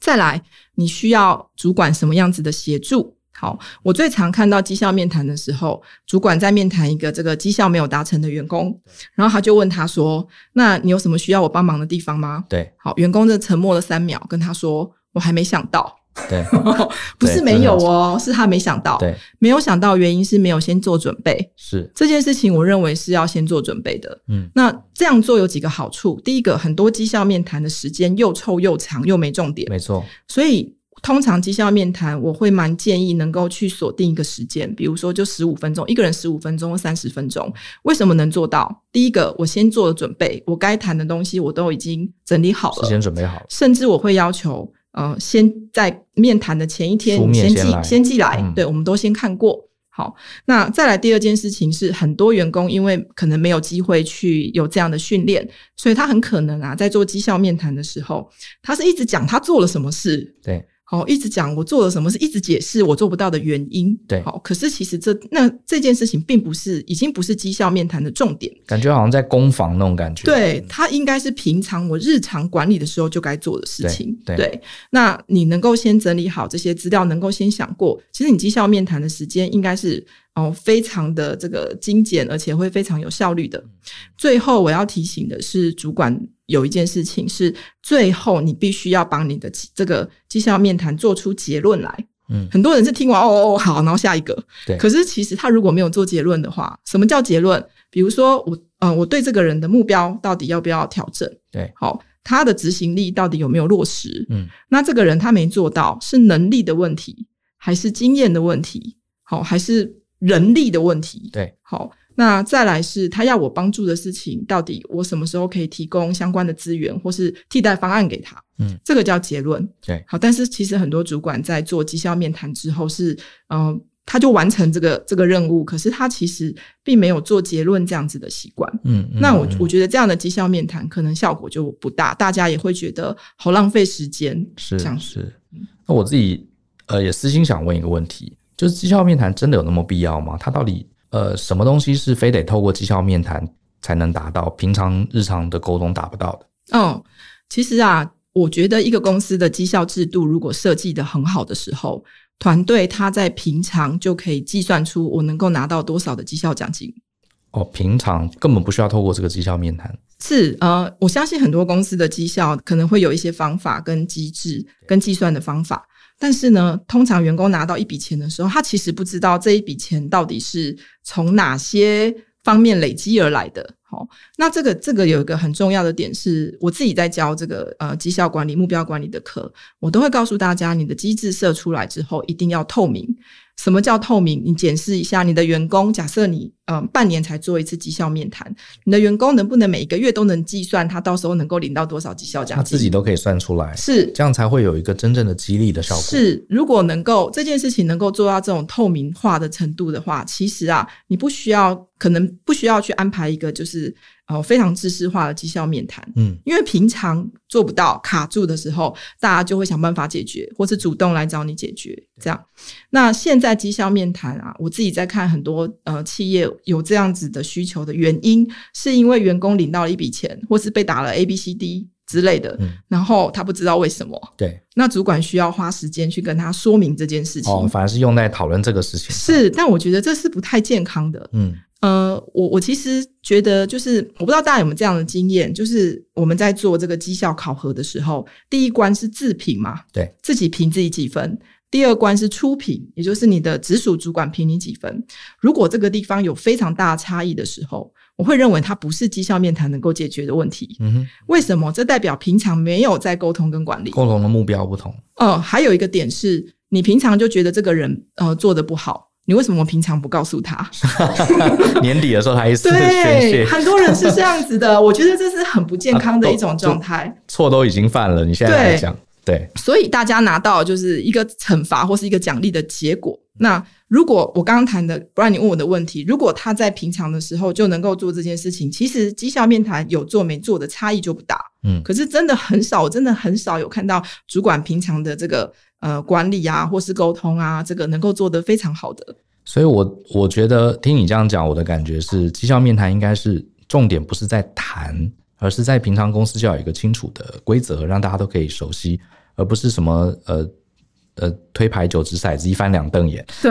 再来，你需要主管什么样子的协助？好，我最常看到绩效面谈的时候，主管在面谈一个这个绩效没有达成的员工，然后他就问他说：“那你有什么需要我帮忙的地方吗？”对好，员工这沉默了三秒，跟他说：“我还没想到，对不是没有哦，是他没想到，对，没有想到原因是没有先做准备。是这件事情，我认为是要先做准备的。嗯那这样做有几个好处：第一个，很多绩效面谈的时间又臭又长，又没重点，没错。所以。”通常绩效面谈，我会蛮建议能够去锁定一个时间，比如说就十五分钟，一个人十五分钟或三十分钟。为什么能做到？第一个，我先做了准备，我该谈的东西我都已经整理好了，事先准备好了，甚至我会要求，呃，先在面谈的前一天书面你先寄来先寄来，嗯对，我们都先看过。好，那再来第二件事情是，很多员工因为可能没有机会去有这样的训练，所以他很可能啊，在做绩效面谈的时候，他是一直讲他做了什么事，对，好，一直讲我做了什么事，一直解释我做不到的原因，对好，可是其实这那这件事情并不是已经不是绩效面谈的重点，感觉好像在攻防那种感觉。对，它应该是平常我日常管理的时候就该做的事情。对对那你能够先整理好这些资料，能够先想过，其实你绩效面谈的时间应该是哦非常的这个精简，而且会非常有效率嗯的。最后我要提醒的是，主管有一件事情是，最后你必须要帮你的绩这个绩效面谈做出结论来。嗯很多人是听完哦哦哦好，然后下一个。对可是其实他如果没有做结论的话，什么叫结论？比如说我，呃，我对这个人的目标到底要不要调整？对，好，他的执行力到底有没有落实？嗯，那这个人他没做到，是能力的问题，还是经验的问题？好，还是人力的问题？对，好，那再来是他要我帮助的事情，到底我什么时候可以提供相关的资源或是替代方案给他？嗯，这个叫结论。对好，但是其实很多主管在做绩效面谈之后是，嗯、他就完成这个这个任务，可是他其实并没有做结论这样子的习惯。嗯，嗯那我嗯我觉得这样的绩效面谈可能效果就不大，大家也会觉得好浪费时间。是这样子是。那我自己呃也私心想问一个问题，就是绩效面谈真的有那么必要吗？它到底呃什么东西是非得透过绩效面谈才能达到，平常日常的沟通达不到的？嗯，其实啊，我觉得一个公司的绩效制度如果设计的很好的时候，团队他在平常就可以计算出我能够拿到多少的绩效奖金。哦，平常根本不需要透过这个绩效面谈。是呃，我相信很多公司的绩效可能会有一些方法跟机制跟计算的方法，但是呢，通常员工拿到一笔钱的时候，他其实不知道这一笔钱到底是从哪些方面累积而来的。好、那这个这个有一个很重要的点是，我自己在教这个呃绩效管理、目标管理的课，我都会告诉大家，你的机制设出来之后，一定要透明。什么叫透明？你检视一下你的员工，假设你嗯、呃半年才做一次绩效面谈，你的员工能不能每一个月都能计算他到时候能够领到多少绩效奖他金？自己都可以算出来，是这样才会有一个真正的激励的效果。，是，如果能够这件事情能够做到这种透明化的程度的话，其实啊，你不需要，可能不需要去安排一个就是呃非常知识化的绩效面谈。嗯，因为平常做不到卡住的时候，大家就会想办法解决，或是主动来找你解决。这样，那现在绩效面谈啊，我自己在看很多呃企业有这样子的需求的原因，是因为员工领到了一笔钱，或是被打了 A B C D 之类的，嗯然后他不知道为什么。对。那主管需要花时间去跟他说明这件事情。哦，反而是用在讨论这个事情。，是，但我觉得这是不太健康的。嗯，呃，我我其实觉得，就是我不知道大家有没有这样的经验，就是我们在做这个绩效考核的时候，第一关是自评嘛，对，自己评自己几分；第二关是初评，也就是你的直属主管评你几分。如果这个地方有非常大的差异的时候，我会认为它不是绩效面谈能够解决的问题。嗯哼，为什么？这代表平常没有在沟通跟管理。共同的目标不同， 呃，还有一个点是，你平常就觉得这个人呃做的不好，你为什么平常不告诉 他？年底的时候还一次宣对，泄，啊很多人是这样 子的，我觉得这是很不健康的一种状态。错都已经犯了，你现在来讲，对，所以大家拿到就是一个惩罚或是一个奖励的结果。那如果我刚刚谈的，不然你问我的问题，如果他在平常的时候就能够做这件事情，其实绩效面谈有做没做的差异就不大。嗯可是真的很少，我真的很少有看到主管平常的这个呃管理啊，或是沟通啊，这个能够做得非常好的。所以我我觉得听你这样讲，我的感觉是，绩效面谈应该是重点不是在谈，而是在平常公司就要有一个清楚的规则，让大家都可以熟悉，而不是什么呃呃推牌九掷骰子一翻两瞪眼， 对，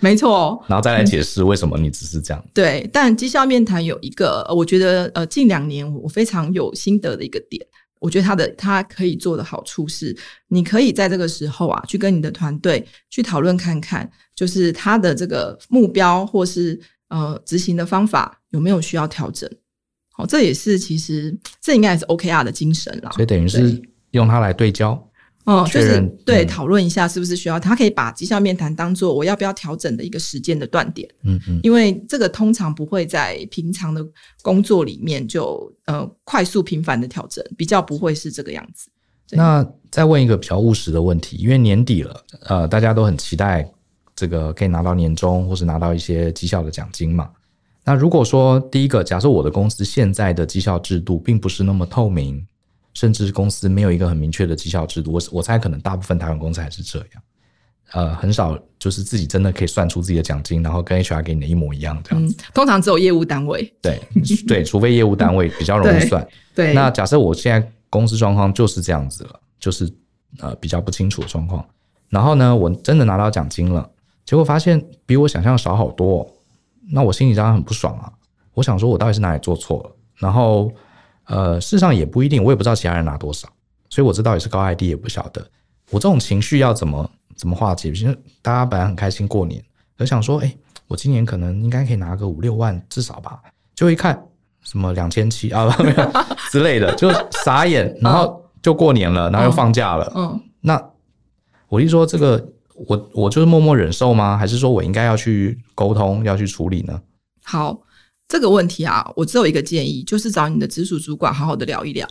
没错，哦然后再来解释为什么你只是这样。对。但绩效面谈有一个，呃我觉得呃，近两年我非常有心得的一个点，我觉得它的它可以做的好处是，你可以在这个时候啊，去跟你的团队去讨论看看，就是他的这个目标或是呃执行的方法有没有需要调整。好，这也是其实这应该也是 OKR 的精神啦。所以等于是用它来对焦。哦，确就是认对嗯讨论一下是不是需要，他可以把绩效面谈当做我要不要调整的一个时间的断点，嗯嗯，因为这个通常不会在平常的工作里面就呃快速频繁的调整，比较不会是这个样子。对那再问一个比较务实的问题，因为年底了，呃，大家都很期待这个可以拿到年终或是拿到一些绩效的奖金嘛。那如果说第一个，假设我的公司现在的绩效制度并不是那么透明，甚至公司没有一个很明确的绩效制度，我我猜可能大部分台湾公司还是这样，呃，很少就是自己真的可以算出自己的奖金，然后跟 HR 给你的一模一样这样。嗯，通常只有业务单位对对，除非业务单位比较容易对算。对那假设我现在公司状况就是这样子了，就是呃比较不清楚的状况。然后呢，我真的拿到奖金了，结果发现比我想象少好多、哦，那我心里当然很不爽啊。我想说，我到底是哪里做错了？然后呃，事实上也不一定，我也不知道其他人拿多少，所以我这到底是高 ID 也不晓得。我这种情绪要怎么怎么化解？因为大家本来很开心过年，我想说，哎、我今年可能应该可以拿个五六万至少吧，就一看什么两千七啊，没有之类的，就傻 眼，然后就过年了，然后又放假了。嗯那我一说这个，我我就是默默忍受吗？还是说我应该要去沟通，要去处理呢？好，这个问题啊，我只有一个建议，就是找你的直属主管好好的聊一聊。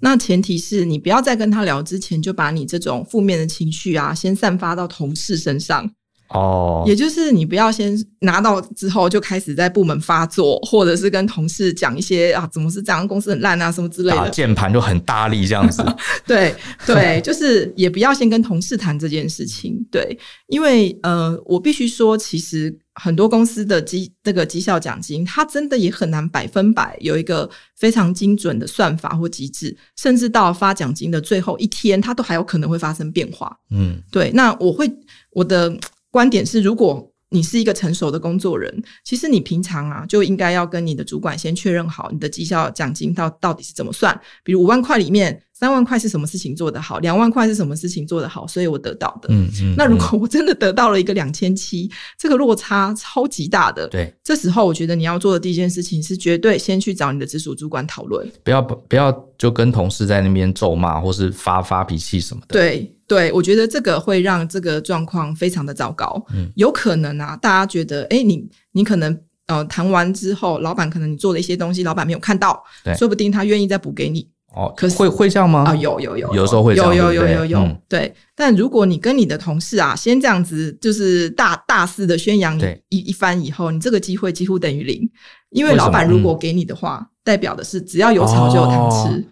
那前提是你不要在跟他聊之前就把你这种负面的情绪啊，先散发到同事身上。哦，也就是你不要先拿到之后就开始在部门发作，或者是跟同事讲一些啊，怎么是这样，公司很烂啊，什么之类打的。键盘就很大力这样 子，对对，就是也不要先跟同事谈这件事情。对，因为呃，我必须说，其实很多公司的绩这个绩效奖金，它真的也很难百分百有一个非常精准的算法或机制，甚至到发奖金的最后一天，它都还有可能会发生变化。嗯，对，那我会我的观点是，如果你是一个成熟的工作人，其实你平常啊就应该要跟你的主管先确认好你的绩效奖金到到底是怎么算，比如五万块里面三万块是什么事情做得好，两万块是什么事情做得好，所以我得到的。嗯嗯，那如嗯果我真的得到了一个两千七，这个落差超级大的。对，这时候我觉得你要做的第一件事情是，绝对先去找你的直属主管讨论。不要不要就跟同事在那边咒骂或是发发脾气什么的，对对，我觉得这个会让这个状况非常的糟糕。嗯有可能啊，大家觉得，哎，你你可能呃谈完之后，老板可能你做的一些东西，老板没有看到对，说不定他愿意再补给你哦，可是会会这样吗？啊、有有有，有时候会这有样对有不有对有有、嗯对。但如果你跟你的同事啊，先这样子就是大大肆的宣扬对一一番以后，你这个机会几乎等于零，因为为什老板么如嗯果给你的话，代表的是只要有炒就有糖吃。哦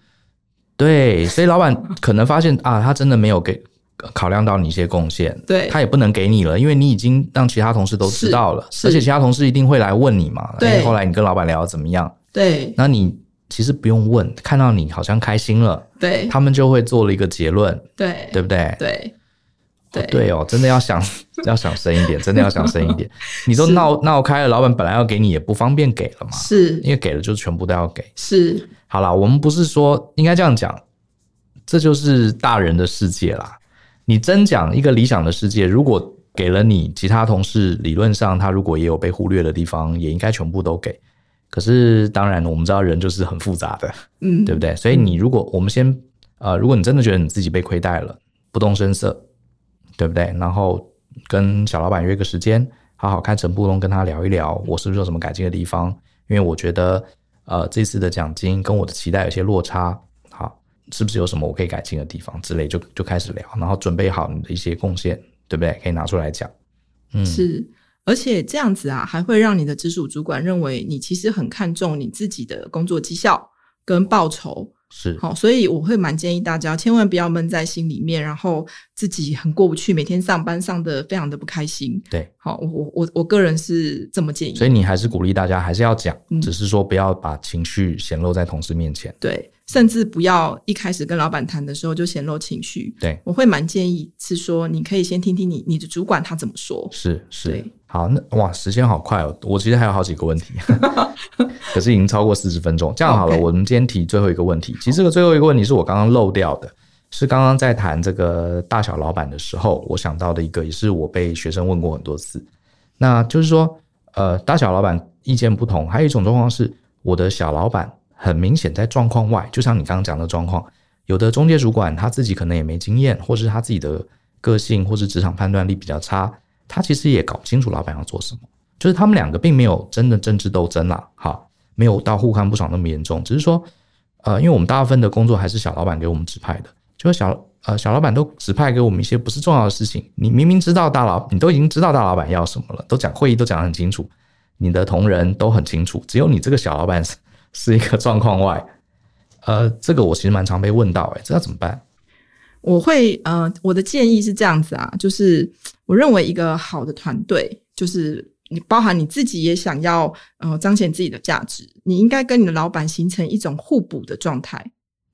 对，所以老板可能发现啊，他真的没有给考量到你一些贡献，对他也不能给你了，因为你已经让其他同事都知道了，是是而且其他同事一定会来问你嘛。对哎后来你跟老板聊得怎么样？对那你其实不用问，看到你好像开心了，对他们就会做了一个结论，对对不对？对哦对哦，真的要想 要想深一点，真的要想深一 点。你都是闹闹开了，老板本来要给你也不方便给了嘛，是因为给了就全部都要给。是，好啦，我们不是说应该这样讲，这就是大人的世界啦。你真讲一个理想的世界，如果给了你其他同事，理论上他如果也有被忽略的地方，也应该全部都给。可是当然，我们知道人就是很复杂的，嗯，对不对？所以你如果我们先呃，如果你真的觉得你自己被亏待了，不动声色，对不对？然后跟小老板约个时间，好好看陈布隆跟他聊一聊，我是不是有什么改进的地方？因为我觉得呃，这次的奖金跟我的期待有些落差，好，是不是有什么我可以改进的地方之类，就就开始聊，然后准备好你的一些贡献，对不对？可以拿出来讲，嗯，是，而且这样子啊，还会让你的直属主管认为你其实很看重你自己的工作绩效跟报酬。是，好，所以我会蛮建议大家千万不要闷在心里面，然后自己很过不去，每天上班上的非常的不开心。对，好，我我我我个人是这么建议。所以你还是鼓励大家还是要讲，嗯只是说不要把情绪显露在同事面前。对，甚至不要一开始跟老板谈的时候就显露情绪。对，我会蛮建议是说，你可以先听听你你的主管他怎么说。是是对，好，那哇，时间好快哦！我其实还有好几个问题，可是已经超过四十分钟。这样好了 OK 我们今天提最后一个问题。其实这个最后一个问题是我刚刚漏掉的，是刚刚在谈这个大小老板的时候，我想到的一个，也是我被学生问过很多次。那就是说，呃，大小老板意见不同，还有一种状况是，我的小老板很明显在状况外，就像你刚刚讲的状况，有的中介主管他自己可能也没经验，或是他自己的个性或是职场判断力比较差，他其实也搞不清楚老板要做什么。就是他们两个并没有真的政治斗争啦，哈，没有到互看不爽那么严重，只是说，呃，因为我们大部分的工作还是小老板给我们指派的，就是小呃小老板都指派给我们一些不是重要的事情，你明明知道大老，你都已经知道大老板要什么了，都讲会议都讲得很清楚，你的同仁都很清楚，只有你这个小老板是 是一个状况外，呃，这个我其实蛮常被问到、欸，哎，这要怎么办？我会呃，我的建议是这样子啊，就是我认为一个好的团队，就是你包含你自己也想要呃彰显自己的价值，你应该跟你的老板形成一种互补的状态。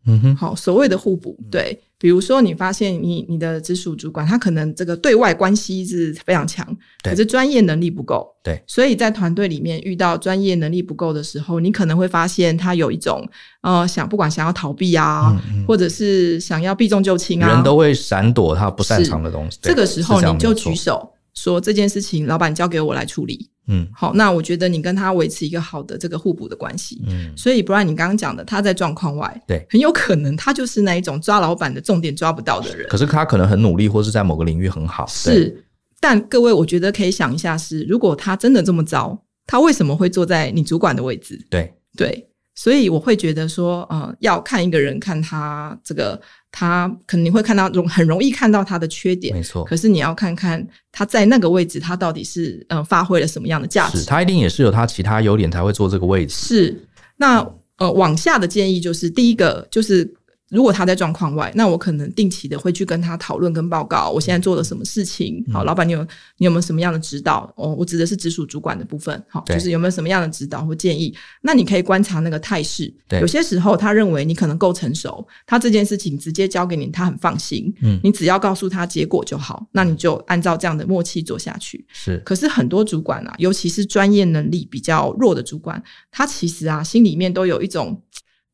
嗯哼，好，所谓的互补，嗯对，比如说你发现你你的直属主管他可能这个对外关系是非常强，对可是专业能力不够，对所以在团队里面遇到专业能力不够的时候，你可能会发现他有一种呃想不管想要逃避啊，嗯或者是想要避重就轻啊，人都会闪躲他不擅长的东西，对这个时是候这样你就没错举手说这件事情，老板交给我来处理。嗯好，那我觉得你跟他维持一个好的这个互补的关系。嗯，所以，不然你刚刚讲的，他在状况外，对很有可能他就是那一种抓老板的重点抓不到的人。可是他可能很努力，或是在某个领域很好，对是，但各位，我觉得可以想一下是，如果他真的这么糟，他为什么会坐在你主管的位置？对，对，所以我会觉得说，呃，要看一个人，看他这个，他可能你会看到容很容易看到他的缺点，没错可。是你要看看他在那个位置，他到底是嗯、呃发挥了什么样的价值是，。他一定也是有他其他优点才会坐这个位置。是，那呃，往下的建议就是第一个就是。如果他在状况外，那我可能定期的会去跟他讨论跟报告，我现在做了什么事情。嗯好，老板，你有你有没有什么样的指导？哦，我指的是直属主管的部分，好，对就是有没有什么样的指导或建议？那你可以观察那个态势，对有些时候他认为你可能够成熟，他这件事情直接交给你，他很放心，嗯你只要告诉他结果就好，那你就按照这样的默契做下去。是，可是很多主管啊，尤其是专业能力比较弱的主管，他其实啊心里面都有一种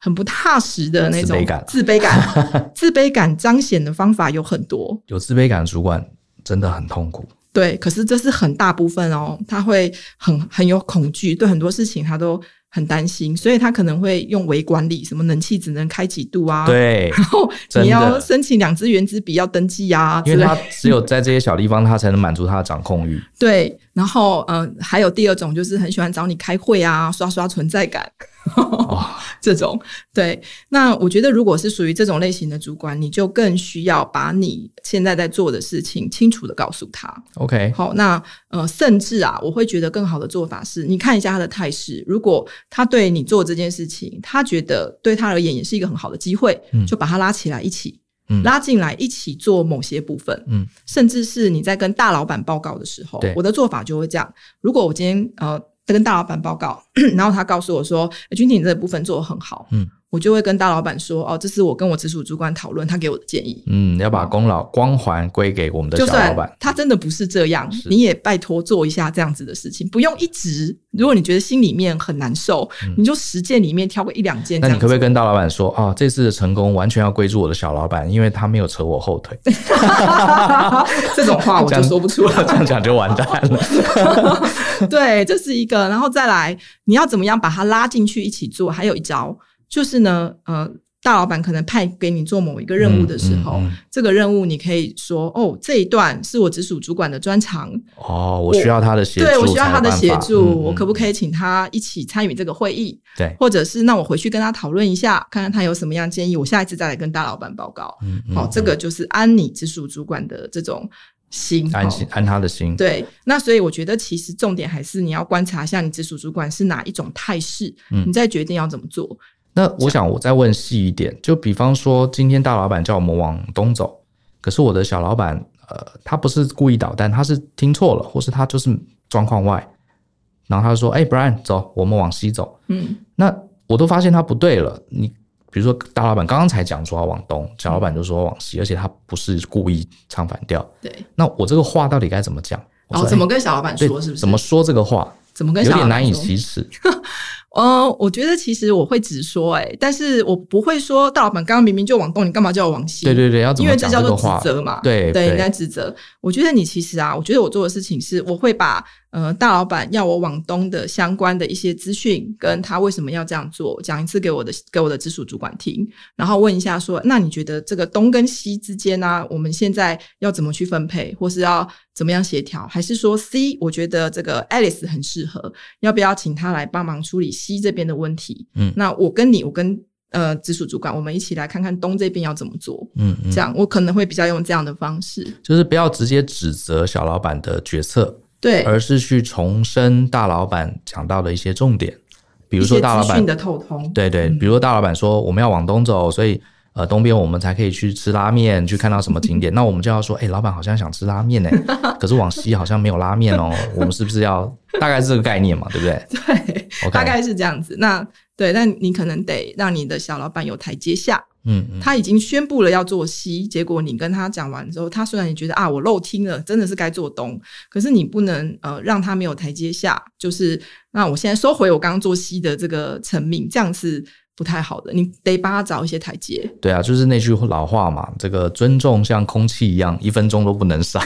很不踏实的那自种卑感自卑感。 自卑感彰显的方法有很多，有自卑感的主管真的很痛苦。对，可是这是很大部分哦，他会很很有恐惧，对很多事情他都很担心，所以他可能会用微管理，什么冷气只能开几度啊，，对，然后真的你要申请两支原子笔要登记啊，之因类为的他只有在这些小地方，他才能满足他的掌控 欲。对，然后呃，还有第二种就是很喜欢找你开会啊，刷刷存在感。 这种对，那我觉得如果是属于这种类型的主管，你就更需要把你现在在做的事情清楚的告诉他。 OK，好，那呃，甚至啊，我会觉得更好的做法是，你看一下他的态势。如果他对你做这件事情，他觉得对他而言也是一个很好的机会，嗯就把他拉起来一起，嗯拉进来一起做某些部分。嗯，甚至是你在跟大老板报告的时候对，我的做法就会这样：如果我今天呃在跟大老板报告， 然后他告诉我说欸：“君婷，你这部分做得很好。”嗯，我就会跟大老板说：“哦，这是我跟我直属主管讨论，他给我的建议。嗯，要把功劳光环归给我们的就小老算板。他真的不是这样，是你也拜托做一下这样子的事情，不用一直。如果你觉得心里面很难受，你就实践里面挑个一两嗯件。那你可不可以以？跟大老板说啊、这次的成功完全要归住我的小老板，因为他没有扯我后 腿。这种话我这就样说不出 来。这样讲就完蛋了。对，这是一个，然后再来，你要怎么样把他拉进去一起做？还有一招就是呢，呃，大老板可能派给你做某一个 任务的时候，嗯嗯嗯这个任务你可以说，哦，这一段是我直属主管的专长，哦，我需要他的协助才对有办法，嗯我需要他的协助，我可不以？可以请他一起参与这个会议？对，或者是那我回去跟他讨论一下，看看他有什么样建议，我下一次再来跟大老板报告。嗯嗯好、这个就是安你直属主管的这种心，安好心安他的心。对，那所以我觉得其实重点还是你要观察一下你直属主管是哪一种态势，嗯你再决定要怎么做。那我想我再问细一点，就比方说，今天大老板叫我们往东走，可是我的小老板，呃，他不是故意捣蛋，他是听错了，或是他就是状况外，然后他就说：“哎、b r i a n 走，我们往西走。嗯，”那我都发现他不对了，你比如说大老板刚刚才讲说要往东，小老板就说往西，而且他不是故意唱反调，对。那我这个话到底该怎么讲？我然说哦后怎么哎跟小老板对说？是不是？怎么说这个话？怎么跟有小老点板难以说启齿。呃，我觉得其实我会直说、欸，哎，但是我不会说大老板刚刚明明就往东，你干嘛叫我往西？对对对，要怎因么为这讲叫这个做指话？责嘛，对对，对应该指责。我觉得你其实啊，我觉得我做的事情是，我会把呃大老板要我往东的相关的一些资讯，跟他为什么要这样做，讲一次给我的给我的直属主管听，然后问一下说，那你觉得这个东跟西之间呢、我们现在要怎么去分配，或是要怎么样协调？还是说 C，我觉得这个 Alice 很适合，要不要请他来帮忙处理西这边的问题？嗯那我跟你，我跟呃直属主管，我们一起来看看东这边要怎么做。嗯嗯这。样，我可能会比较用这样的方式。就是不要直接指责小老板的决策，对，而是去重申大老板讲到的一些重点，比比如说大老资板讯的透通， 对对，嗯比如说大老板说我们要往东走，所以呃东边我们才可以去吃拉面，去看到什么景 点，那我们就要说，哎、老板好像想吃拉面呢、可是往西好像没有拉面哦，我们是不是要大概是这个概念嘛，对不对对， ？OK， 大概是这样子。那对，那你可能得让你的小老板有台阶下。嗯嗯他已经宣布了要做西，结果你跟他讲完之后，他虽然也觉得啊，我漏听了，真的是该做东，可是你不能呃让他没有台阶下。就是那我现在收回我刚刚做西的这个成命，这样是不太好的。你得帮他找一些台阶。对啊，就是那句老话嘛，这个尊重像空气一样，一分钟都不能 少。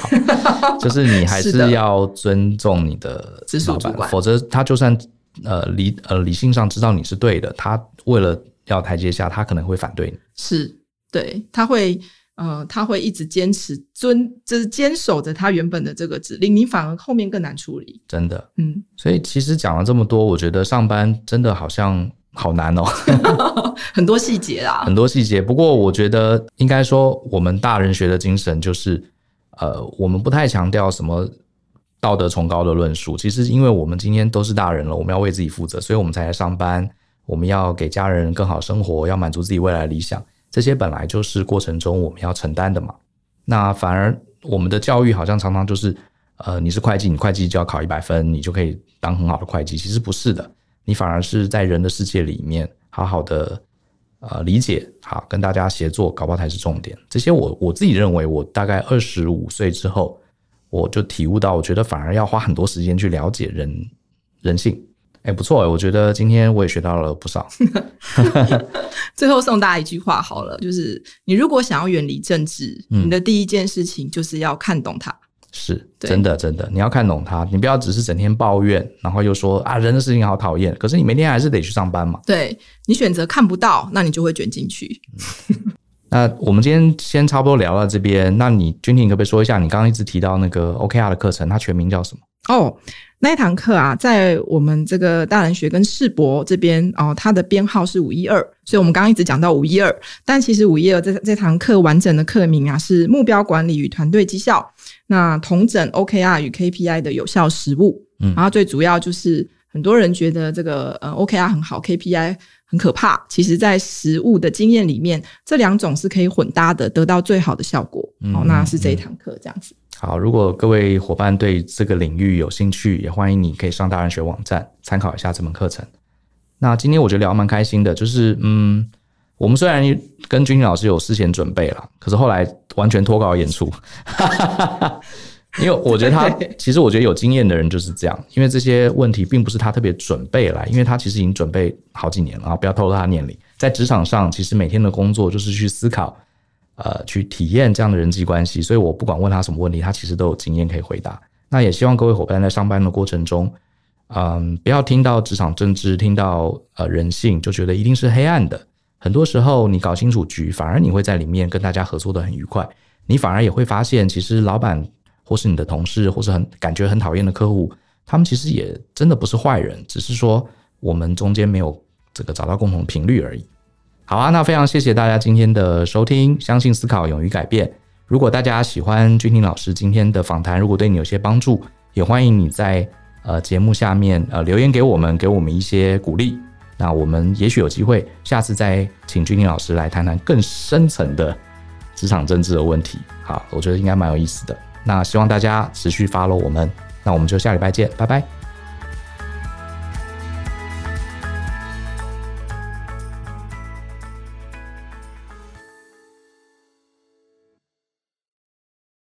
就是你还是的是要尊重你的直属老主板，管否则他就算呃理呃理性上知道你是对的，他为了要台阶下，他可能会反对你。是，对，他会呃，他会一直坚持遵，就是坚守着他原本的这个指令，你反而后面更难处理。真的。嗯，所以其实讲了这么多，我觉得上班真的好像好难哦，很多细节啦很，多细节。不过我觉得应该说，我们大人学的精神就是，呃，我们不太强调什么道德崇高的论述。其实，因为我们今天都是大人了，我们要为自己负责，所以我们才来上班，我们要给家人更好生活，要满足自己未来的理想，这些本来就是过程中我们要承担的嘛。那反而我们的教育好像常常就是，呃，你是会计，你会计就要考一百分，你就可以当很好的会计。其实不是的，你反而是在人的世界里面好好的呃理解，好跟大家协作，搞不好才是重点。这些我我自己认为，我大概二十五岁之后，我就体悟到，我觉得反而要花很多时间去了解人人性。哎，不错哎，我觉得今天我也学到了不少。最后送大家一句话好了，就是你如果想要远离政治，嗯你的第一件事情就是要看懂它。是对真的，真的，你要看懂他，你不要只是整天抱怨，然后又说啊人的事情好讨厌，可是你每天还是得去上班嘛。对你选择看不到，那你就会卷进去。那我们今天先差不多聊到这边，那你君婷可不可以说一下，你刚刚一直提到那个 OKR 的课程，它全名叫什么？哦，那一堂课啊，在我们这个大人学跟世博这边哦，它的编号是五一二，所以我们刚刚一直讲到五一二，但其实五一二这这堂课完整的课名啊是目标管理与团队绩效，那同整 OKR 与 KPI 的有效实务，嗯然后最主要就是很多人觉得这个呃 OKR 很好，KPI 很可怕，其实在实务的经验里面，这两种是可以混搭的，得到最好的效果。哦，那是这一堂课这样子。好，如果各位伙伴对这个领域有兴趣，也欢迎你可以上大人学网站参考一下这门课程。那今天我觉得聊得蛮开心的，就是嗯，我们虽然跟君婷老师有事前准备啦，可是后来完全脱稿演出， 因为我觉得他对其实我觉得有经验的人就是这样，因为这些问题并不是他特别准备来，因为他其实已经准备好几年了啊，不要透露他的年龄。在职场上，其实每天的工作就是去思考呃去体验这样的人际关系，所以我不管问他什么问题，他其实都有经验可以回答。那也希望各位伙伴在上班的过程中，嗯，不要听到职场政治，听到呃人性就觉得一定是黑暗的。很多时候，你搞清楚局，反而你会在里面跟大家合作的很愉快，你反而也会发现，其实老板或是你的同事，或是很感觉很讨厌的客户，他们其实也真的不是坏人，只是说我们中间没有这个找到共同频率而已。好啊，那非常谢谢大家今天的收听，相信思考，勇于改变。如果大家喜欢君婷老师今天的访谈，如果对你有些帮助，也欢迎你在呃节目下面呃留言给我们，给我们一些鼓励。那我们也许有机会下次再请君婷老师来谈谈更深层的职场政治的问题。好，我觉得应该蛮有意思的。那希望大家持续 follow 我们，那我们就下礼拜见，拜拜。